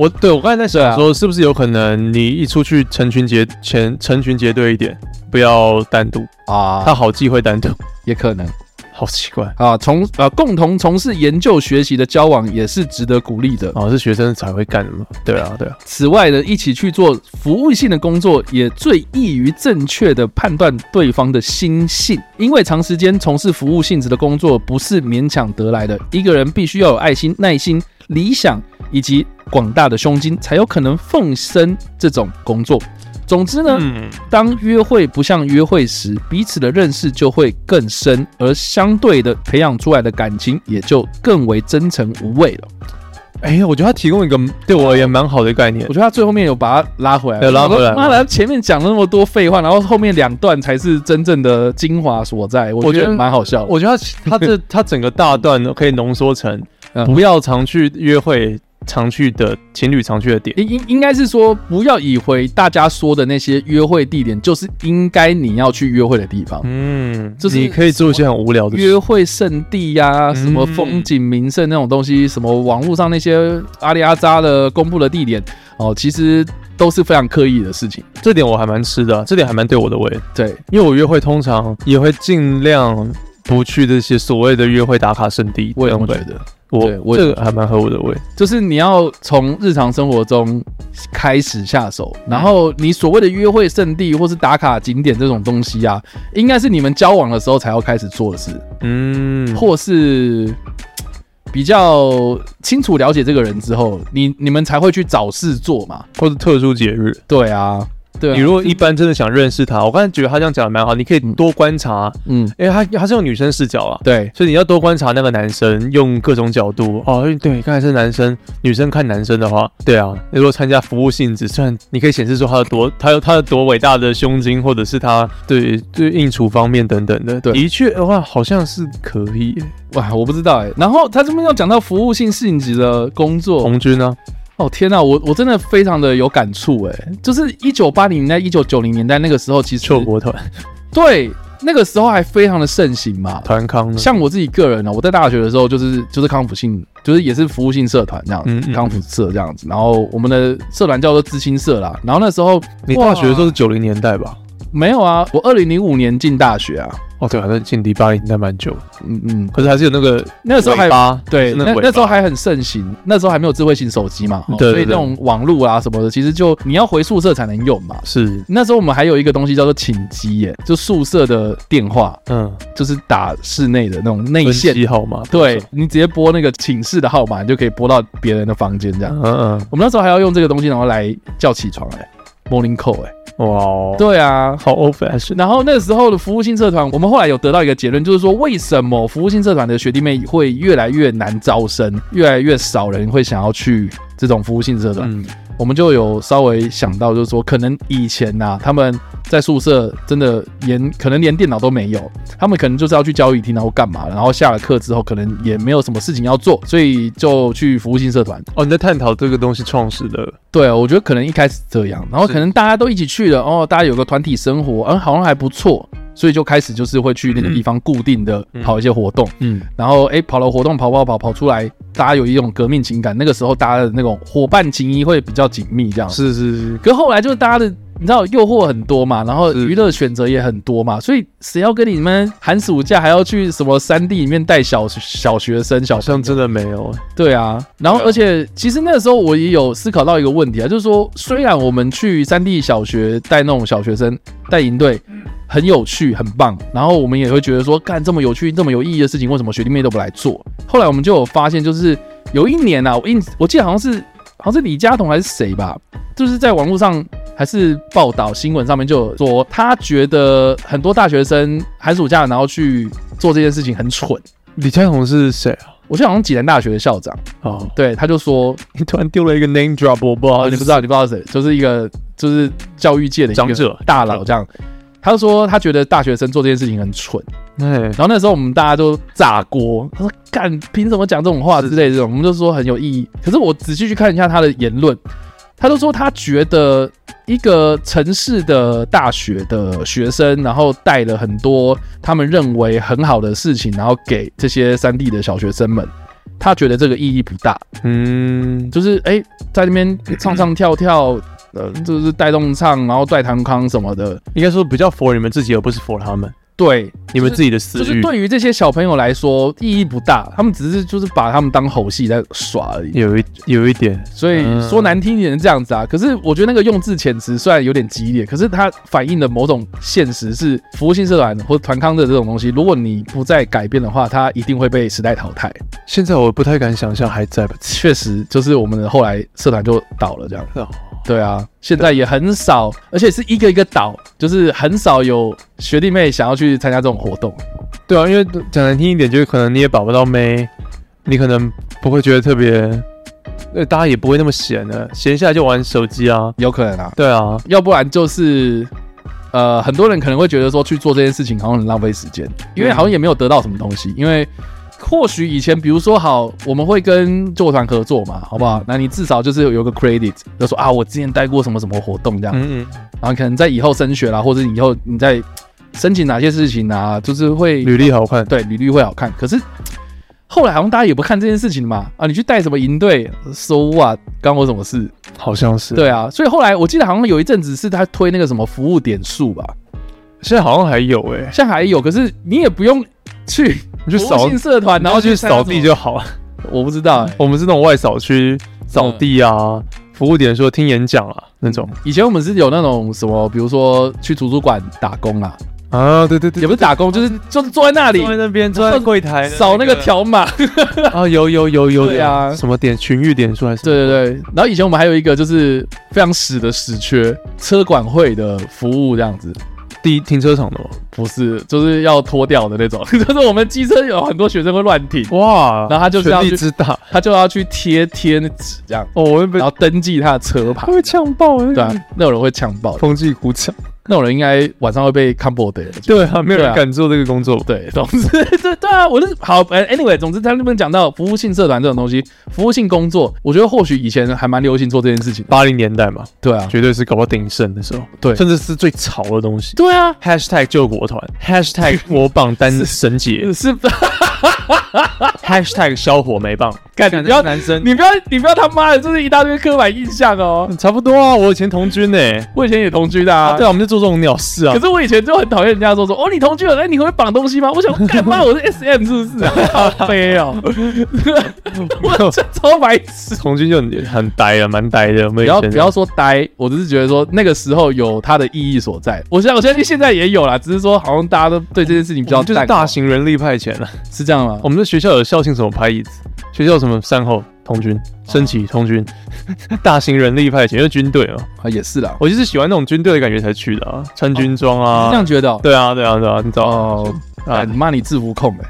Speaker 3: 我对我刚才在
Speaker 2: 对啊
Speaker 3: 想说，是不是有可能你一出去成群结前成群结队一点，不要单独，
Speaker 2: 啊，
Speaker 3: 他好忌讳单独，
Speaker 2: 也可能。
Speaker 3: 好奇怪
Speaker 2: 啊，从呃共同从事研究学习的交往也是值得鼓励的。
Speaker 3: 哦，是学生才会干的嘛？对啊，对啊，
Speaker 2: 此外呢，一起去做服务性的工作，也最易于正确的判断对方的心性。因为长时间从事服务性质的工作不是勉强得来的，一个人必须要有爱心、耐心、理想以及广大的胸襟，才有可能奉身这种工作。总之呢，
Speaker 3: 嗯，
Speaker 2: 当约会不像约会时，彼此的认识就会更深，而相对的培养出来的感情也就更为真诚无畏了。
Speaker 3: 哎、我觉得他提供一个对我而言蛮好的概念
Speaker 2: 我，觉得他最后面有把他拉回来，
Speaker 3: 对拉回来
Speaker 2: 我说妈的，他前面讲了那么多废话，然后后面两段才是真正的精华所在，我
Speaker 3: 我觉
Speaker 2: 觉
Speaker 3: 得
Speaker 2: 得蛮好笑的。
Speaker 3: 我觉得他他 这他整个大段可以浓缩成
Speaker 2: 嗯
Speaker 3: 不要常去约会、常去的情侣常去的点。
Speaker 2: 应应应该是说，不要以为大家说的那些约会地点就是应该你要去约会的地方。
Speaker 3: 嗯，
Speaker 2: 就是
Speaker 3: 你可以做一些很无聊的事
Speaker 2: 约会圣地呀、什么
Speaker 3: 嗯
Speaker 2: 风景名胜那种东西，什么网络上那些阿里阿扎的公布的地点哦，其实都是非常刻意的事情。
Speaker 3: 这点我还蛮吃的啊，这点还蛮对我的胃，
Speaker 2: 对，
Speaker 3: 因为我约会通常也会尽量不去这些所谓的约会打卡圣地。
Speaker 2: 我也这么
Speaker 3: 对
Speaker 2: 觉得，对
Speaker 3: 我
Speaker 2: 我也
Speaker 3: 这个还蛮合我的胃。
Speaker 2: 就是你要从日常生活中开始下手，然后你所谓的约会圣地或是打卡景点这种东西啊，应该是你们交往的时候才要开始做的事，
Speaker 3: 嗯，
Speaker 2: 或是嘖比较清楚了解这个人之后，你你们才会去找事做嘛。
Speaker 3: 或者特殊节日，
Speaker 2: 对啊，对啊
Speaker 3: 你如果一般真的想认识他，我刚才觉得他这样讲的蛮好，你可以多观察，啊
Speaker 2: 嗯，
Speaker 3: 因为他他是用女生视角啊，
Speaker 2: 对，
Speaker 3: 所以你要多观察那个男生，用各种角度哦。对，刚才是男生，女生看男生的话，对啊。如果参加服务性质，虽然你可以显示出他有多，他有他有多伟大的胸襟，或者是他对对应酬方面等等的，
Speaker 2: 对
Speaker 3: 的确的话好像是可以耶。
Speaker 2: 哇，我不知道哎、然后他这边要讲到服务性性质的工作，
Speaker 3: 红军啊呢、
Speaker 2: 哦天呐，我我真的非常的有感触哎，就是一九八零年代、一九九零年代那个时候，其实
Speaker 3: 救国团
Speaker 2: 对那个时候还非常的盛行嘛。
Speaker 3: 团康呢？
Speaker 2: 像我自己个人呢、我在大学的时候就是就是康复性，就是也是服务性社团这样子，
Speaker 3: 嗯嗯
Speaker 2: 康复社这样子。然后我们的社团叫做知青社啦。然后那时候
Speaker 3: 你
Speaker 2: 哇
Speaker 3: 大学的时候是九零年代吧？
Speaker 2: 没有啊，我二零零五年进大学啊，
Speaker 3: 哦，对啊，那进迪八零年代蛮久，
Speaker 2: 嗯嗯，
Speaker 3: 可是还是有那个
Speaker 2: 那时候还
Speaker 3: 尾巴，
Speaker 2: 对，
Speaker 3: 是那
Speaker 2: 那
Speaker 3: 个尾
Speaker 2: 那时候
Speaker 3: 巴
Speaker 2: 还很盛行，那时候还没有智慧型手机嘛，哦
Speaker 3: 对对
Speaker 2: 所以那
Speaker 3: 对
Speaker 2: 种网络啊什么的，其实就你要回宿舍才能用嘛。
Speaker 3: 是
Speaker 2: 那时候我们还有一个东西叫做寝机耶，就宿舍的电话，
Speaker 3: 嗯
Speaker 2: 就是打室内的那种内
Speaker 3: 分
Speaker 2: 线，
Speaker 3: 机号码，
Speaker 2: 对你直接拨那个寝室的号码，你就可以拨到别人的房间这样。
Speaker 3: 嗯嗯，
Speaker 2: 我们那时候还要用这个东西，然后来叫起床哎，morning call 哎，
Speaker 3: 哇哦，
Speaker 2: 对啊。
Speaker 3: 好 old fashion。
Speaker 2: 然后那时候的服务性社团，我们后来有得到一个结论，就是说为什么服务性社团的学弟妹会越来越难招生，越来越少人会想要去这种服务性社团。
Speaker 3: 嗯，
Speaker 2: 我们就有稍微想到，就是说，可能以前呐、他们在宿舍真的连可能连电脑都没有，他们可能就是要去交易厅，然后干嘛，然后下了课之后，可能也没有什么事情要做，所以就去服务性社团。
Speaker 3: 哦，你在探讨这个东西创始的，
Speaker 2: 对，啊我觉得可能一开始这样，然后可能大家都一起去了，哦，大家有个团体生活，嗯，好像还不错，所以就开始就是会去那个地方固定的跑一些活动。
Speaker 3: 嗯，
Speaker 2: 然后哎，诶跑了活动，跑跑跑跑出来，大家有一种革命情感。那个时候，大家的那种伙伴情谊会比较紧密，这样
Speaker 3: 是是是，
Speaker 2: 可后来就是大家的，你知道诱惑很多嘛，然后娱乐选择也很多嘛，所以谁要跟你们寒暑假还要去什么山地里面带小小学生、小
Speaker 3: 好像真的没有，欸
Speaker 2: 对啊，然后
Speaker 3: 对啊
Speaker 2: 而且其实那个时候我也有思考到一个问题啊，就是说虽然我们去山地小学带那种小学生带营队很有趣很棒，然后我们也会觉得说干这么有趣这么有意义的事情，为什么学弟妹都不来做？后来我们就有发现，就是有一年啊，我印我记得好像是好像是李佳彤还是谁吧，就是在网络上。还是报道新闻上面就有说，他觉得很多大学生寒暑假然后去做这件事情很蠢。
Speaker 3: 李佳彤是谁啊？
Speaker 2: 我记得好像济南大学的校长，
Speaker 3: 哦，
Speaker 2: 对他就说，
Speaker 3: 你突然丢了一个 name drop，我不知道，
Speaker 2: 哦，你不知道，你不知道是谁，就是一个就是教育界的一个
Speaker 3: 长者
Speaker 2: 大佬这样。他说他觉得大学生做这件事情很蠢，
Speaker 3: 哎，
Speaker 2: 然后那时候我们大家都炸锅，他说干凭什么讲这种话之类的这种，我们就说很有意义。可是我仔细去看一下他的言论，他就说他觉得一个城市的大学的学生，然后带了很多他们认为很好的事情，然后给这些山地的小学生们，他觉得这个意义不大。
Speaker 3: 嗯，
Speaker 2: 就是哎、在那边唱唱跳跳，呃，就是带动唱，然后带弹康什么的。
Speaker 3: 应该说比较 for 你们自己，而不是 for 他们，
Speaker 2: 对，
Speaker 3: 你们自己的私
Speaker 2: 就是
Speaker 3: 欲
Speaker 2: 对于这些小朋友来说意义不大，他们只是就是把他们当猴戏在耍而已。
Speaker 3: 有一有一点，
Speaker 2: 所以
Speaker 3: 嗯
Speaker 2: 说难听一点是这样子啊，可是我觉得那个用字遣词虽然有点激烈，可是它反映的某种现实是，服务性社团或团康的这种东西，如果你不再改变的话，它一定会被时代淘汰。
Speaker 3: 现在我不太敢想象还在不在。
Speaker 2: 确实，就是我们的后来社团就倒了这样。
Speaker 3: 哦
Speaker 2: 对啊，现在也很少，而且是一个一个岛，就是很少有学弟妹想要去参加这种活动。
Speaker 3: 对啊，因为讲难听一点，就是可能你也把不到妹，你可能不会觉得特别，呃，大家也不会那么闲的，闲下来就玩手机啊。
Speaker 2: 有可能啊，
Speaker 3: 对啊，
Speaker 2: 要不然就是，呃，很多人可能会觉得说去做这件事情好像很浪费时间，因为好像也没有得到什么东西，因为。或许以前，比如说好，我们会跟救火团合作嘛，好不好？那你至少就是有个 credit，就说啊，我之前带过什么什么活动这样，
Speaker 3: 嗯
Speaker 2: 然后可能在以后升学啦，或者以后你在申请哪些事情啊，就是会
Speaker 3: 嗯，履历好看，
Speaker 2: 对，履历会好看。可是后来好像大家也不看这件事情嘛，啊，你去带什么营队，so what，干我什么事？
Speaker 3: 好像是。
Speaker 2: 对啊，所以后来我记得好像有一阵子是他推那个什么服务点数吧，
Speaker 3: 现在好像还有哎、
Speaker 2: 现在还有，可是你也不用去
Speaker 3: 你去
Speaker 2: 服务
Speaker 3: 扫
Speaker 2: 性，社团，然
Speaker 3: 然
Speaker 2: 后
Speaker 3: 后去
Speaker 2: 参加
Speaker 3: 扫
Speaker 2: 什
Speaker 3: 地
Speaker 2: 么
Speaker 3: 就哦好 了。
Speaker 2: 我不知道、欸。
Speaker 3: 我们是那种外扫区扫地啊，服务点说听演讲啊那种。
Speaker 2: 以前我们是有那种什么，比如说去图书馆打工啦，
Speaker 3: 啊，对对对，
Speaker 2: 也不是打工，就是 就是坐在那里
Speaker 3: 坐在那边，坐在柜台
Speaker 2: 扫那个条 码。
Speaker 3: 啊，有有有有
Speaker 2: 对啊
Speaker 3: 什么点群域点数还是？
Speaker 2: 对对对，然后以前我们还有一个就是非常屎的屎缺，车管会的服务这样子，
Speaker 3: 第一停车场的吗？
Speaker 2: 不是就是要脱掉的那种， 就是我们机车有很多学生会乱停，
Speaker 3: 哇，
Speaker 2: 然后他就是要
Speaker 3: 权
Speaker 2: 去
Speaker 3: 力之大，
Speaker 2: 他就要去贴贴那纸这样，
Speaker 3: 哦，我会被
Speaker 2: 然后登记他的车牌
Speaker 3: 会，被呛爆，
Speaker 2: 对啊，那种人会呛爆，
Speaker 3: 风纪鼓掌。
Speaker 2: 那种人应该晚上会被 combo 的。
Speaker 3: 对啊，没有
Speaker 2: 对
Speaker 3: 人
Speaker 2: 啊
Speaker 3: 敢做这个工作吧。
Speaker 2: 对，总之对对啊，我是好呃，anyway，总之他那边讲到服务性社团这种东西，服务性工作，我觉得或许以前还蛮流行做这件事情的。
Speaker 3: 八零年代嘛，
Speaker 2: 对啊，
Speaker 3: 绝对是搞到鼎盛的时候，
Speaker 2: 对
Speaker 3: 甚至是最潮的东西。
Speaker 2: 对啊，
Speaker 3: #hashtag 救国团，#hashtag 模榜单神姐
Speaker 2: 是
Speaker 3: ，#hashtag 销火梅棒，
Speaker 2: 干你不要
Speaker 3: 男生，
Speaker 2: 你不要你不要他妈的，这是一大堆刻板印象哦。
Speaker 3: 差不多啊，我以前同军呢、
Speaker 2: 我以前也同居的啊，
Speaker 3: 啊，对啊，我们就做这种鸟事啊
Speaker 2: 可。是我以前就很讨厌人家说说哦，你同居了，哎，你会绑东西吗？我想 干嘛？我是 S M 是不是啊？好悲哦， 我这超白痴。
Speaker 3: 同军就很很呆了，蛮呆的。我们
Speaker 2: 不
Speaker 3: 以
Speaker 2: 要
Speaker 3: 前
Speaker 2: 不要说呆，我只是觉得说那个时候有它的意义所在。我相我相信现在也有啦，只是说好像大家都对这件事情比
Speaker 3: 我
Speaker 2: 较
Speaker 3: 们就是
Speaker 2: 淡
Speaker 3: 大型人力派遣了、啊。
Speaker 2: 是这样吗
Speaker 3: 我？们的学校有校庆什么排椅子，学校有什么善后同军升旗 同军，大型人力派遣，因为军队嘛，
Speaker 2: 啊，也是啦，
Speaker 3: 我哦就是喜欢那种军队的感觉才去的啊，穿军装
Speaker 2: 我
Speaker 3: 啊。
Speaker 2: 是这样觉得哦。
Speaker 3: 对啊，对啊，对啊，你知道
Speaker 2: 哦，啊，
Speaker 3: 啊
Speaker 2: 你，妈你制服控哎，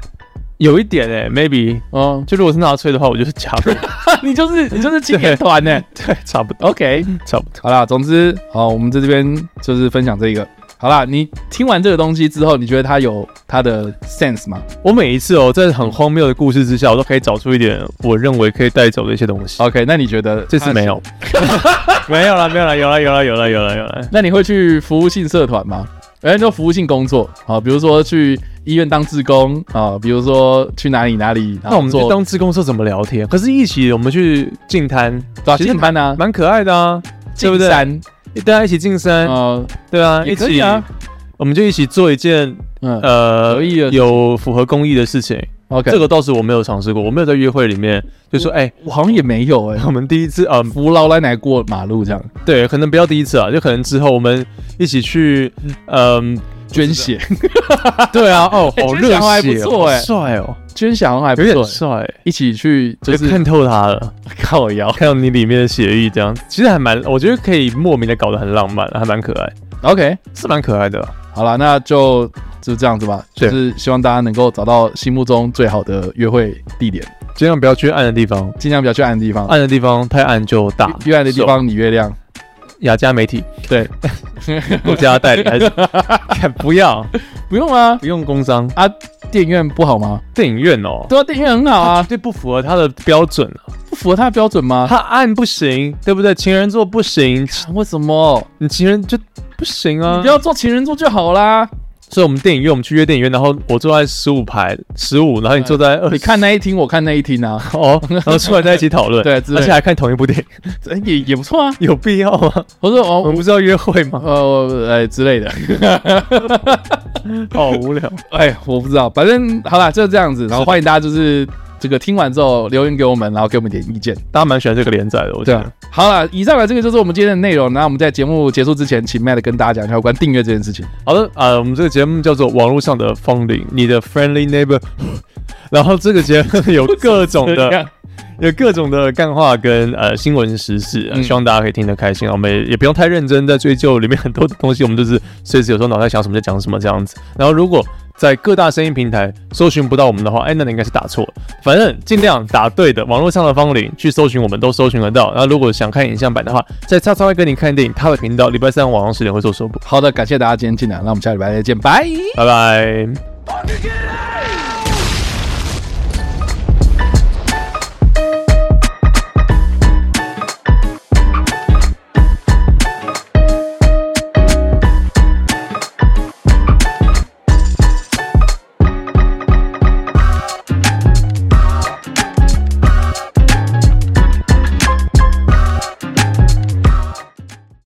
Speaker 3: 有一点哎、m a y b e
Speaker 2: 哦，
Speaker 3: 就如果是纳粹的话，我就是假的。
Speaker 2: 你就是你就是青年团哎。
Speaker 3: 对，差不多，
Speaker 2: OK，
Speaker 3: 差不多。
Speaker 2: 好啦，总之，好，我们在这边就是分享这一个。好啦，你听完这个东西之后，你觉得它有它的 sense 吗
Speaker 3: 我每一次哦，在很荒谬的故事之下，我都可以找出一点我认为可以带走的一些东西。
Speaker 2: ？OK，那你觉得
Speaker 3: 这次没有，没有了，没有了，有了，有了，有了，有了，有了。
Speaker 2: 那你会去服务性社团吗？哎，就服务性工作啊，比如说去医院当志工啊，比如说去哪里哪里，
Speaker 3: 那我们去
Speaker 2: 做
Speaker 3: 当志工社怎么聊天？可是，一起我们去进滩，
Speaker 2: 对啊，
Speaker 3: 其实
Speaker 2: 进班啊，
Speaker 3: 蛮可爱的啊，对不对
Speaker 2: 进？山
Speaker 3: 大家一起进山，
Speaker 2: 啊，
Speaker 3: 对啊，
Speaker 2: 也
Speaker 3: 一
Speaker 2: 可
Speaker 3: 起
Speaker 2: 以啊，
Speaker 3: 我们就一起做一件
Speaker 2: 嗯
Speaker 3: 呃
Speaker 2: 合意的
Speaker 3: 有符合公益的事情。
Speaker 2: ，OK，
Speaker 3: 这个倒是我没有尝试过，我没有在约会里面就说，哎，
Speaker 2: 我好像也没有哎，
Speaker 3: 我们第一次啊，
Speaker 2: 扶老奶奶过马路这样
Speaker 3: 对，可能不要第一次啊，就可能之后我们一起去，嗯，
Speaker 2: 捐血，
Speaker 3: 对啊，哦，
Speaker 2: 哎
Speaker 3: 好
Speaker 2: 其实
Speaker 3: 热
Speaker 2: 想法还不
Speaker 3: 血哦，
Speaker 2: 错哎
Speaker 3: 好帅哦，
Speaker 2: 捐血好像还不
Speaker 3: 有点
Speaker 2: 错，哎
Speaker 3: 帅，
Speaker 2: 一起去就
Speaker 3: 就是
Speaker 2: 是
Speaker 3: 看透他 了，
Speaker 2: 靠腰。
Speaker 3: 看到你里面的血液这样，其实还蛮，我觉得可以莫名的搞得很浪漫，还蛮可爱，
Speaker 2: OK，
Speaker 3: 是蛮可爱的啊。
Speaker 2: 好了，那就就这样子吧，就
Speaker 3: 对
Speaker 2: 是希望大家能够找到心目中最好的约会地点，
Speaker 3: 尽量不要去暗的地方，
Speaker 2: 尽量不要去暗的地方，
Speaker 3: 暗的地方太暗就大。
Speaker 2: 越暗的地方你哦越亮。
Speaker 3: 受，雅加媒体
Speaker 2: 对，
Speaker 3: 独家代理，还是看不要
Speaker 2: 不用啊
Speaker 3: 不用工商
Speaker 2: 啊，电影院不好吗？
Speaker 3: 电影院哦，
Speaker 2: 对啊，电影院很好
Speaker 3: 啊，
Speaker 2: 啊
Speaker 3: 绝，对不符合他的标准啊，
Speaker 2: 不符合他的标准吗？
Speaker 3: 他暗不行，对不对？情人座不行，
Speaker 2: 为什么？
Speaker 3: 你情人就不行啊。
Speaker 2: 你不要做情人座就好啦。
Speaker 3: 所以我们电影院，我们去约电影院，然后我坐在十五排十五，然后你坐在二，
Speaker 2: 你看那一厅，我看那一厅啊，
Speaker 3: 哦，然后出来在一起讨论，
Speaker 2: 对之类
Speaker 3: 而且还看同一部电影，
Speaker 2: 哎也也不错啊。
Speaker 3: 有必要吗？
Speaker 2: 我说
Speaker 3: 我
Speaker 2: 哦
Speaker 3: 们不是要约会吗？
Speaker 2: 呃呃之类的，
Speaker 3: 好无聊，
Speaker 2: 哎，我不知道，反正好啦，就这样子。然后欢迎大家就是这个听完之后留言给我们，然后给我们一点意见。
Speaker 3: 大家蛮喜欢这个连载的，我觉
Speaker 2: 对
Speaker 3: 得
Speaker 2: 啊。，好了，以上呢这个就是我们今天的内容。那我们在节目结束之前，请 Matt 跟大家讲一下有关订阅这件事情。
Speaker 3: 好的，呃，我们这个节目叫做《网络上的风铃》，你的 friendly neighbor。然后这个节目有各 种
Speaker 2: 这
Speaker 3: 的
Speaker 2: 样，
Speaker 3: 有各种的干话跟呃新闻时事、呃
Speaker 2: 嗯
Speaker 3: 希望大家可以听得开心啊。我们也也不用太认真在追究里面很多的东西，我们就是随时有时候脑袋想什么就讲什么这样子。然后如果在各大声音平台搜寻不到我们的话，哎，那你应该是打错了。反正尽量打对的，网络上的方铃去搜寻，我们都搜寻得到。然后如果想看影像版的话，在叉叉会跟你看电影，他的频道礼拜三晚上十点会做首播。
Speaker 2: 好的，感谢大家今天进来，那我们下礼拜再见，拜。
Speaker 3: 拜拜。
Speaker 1: Fucking get out!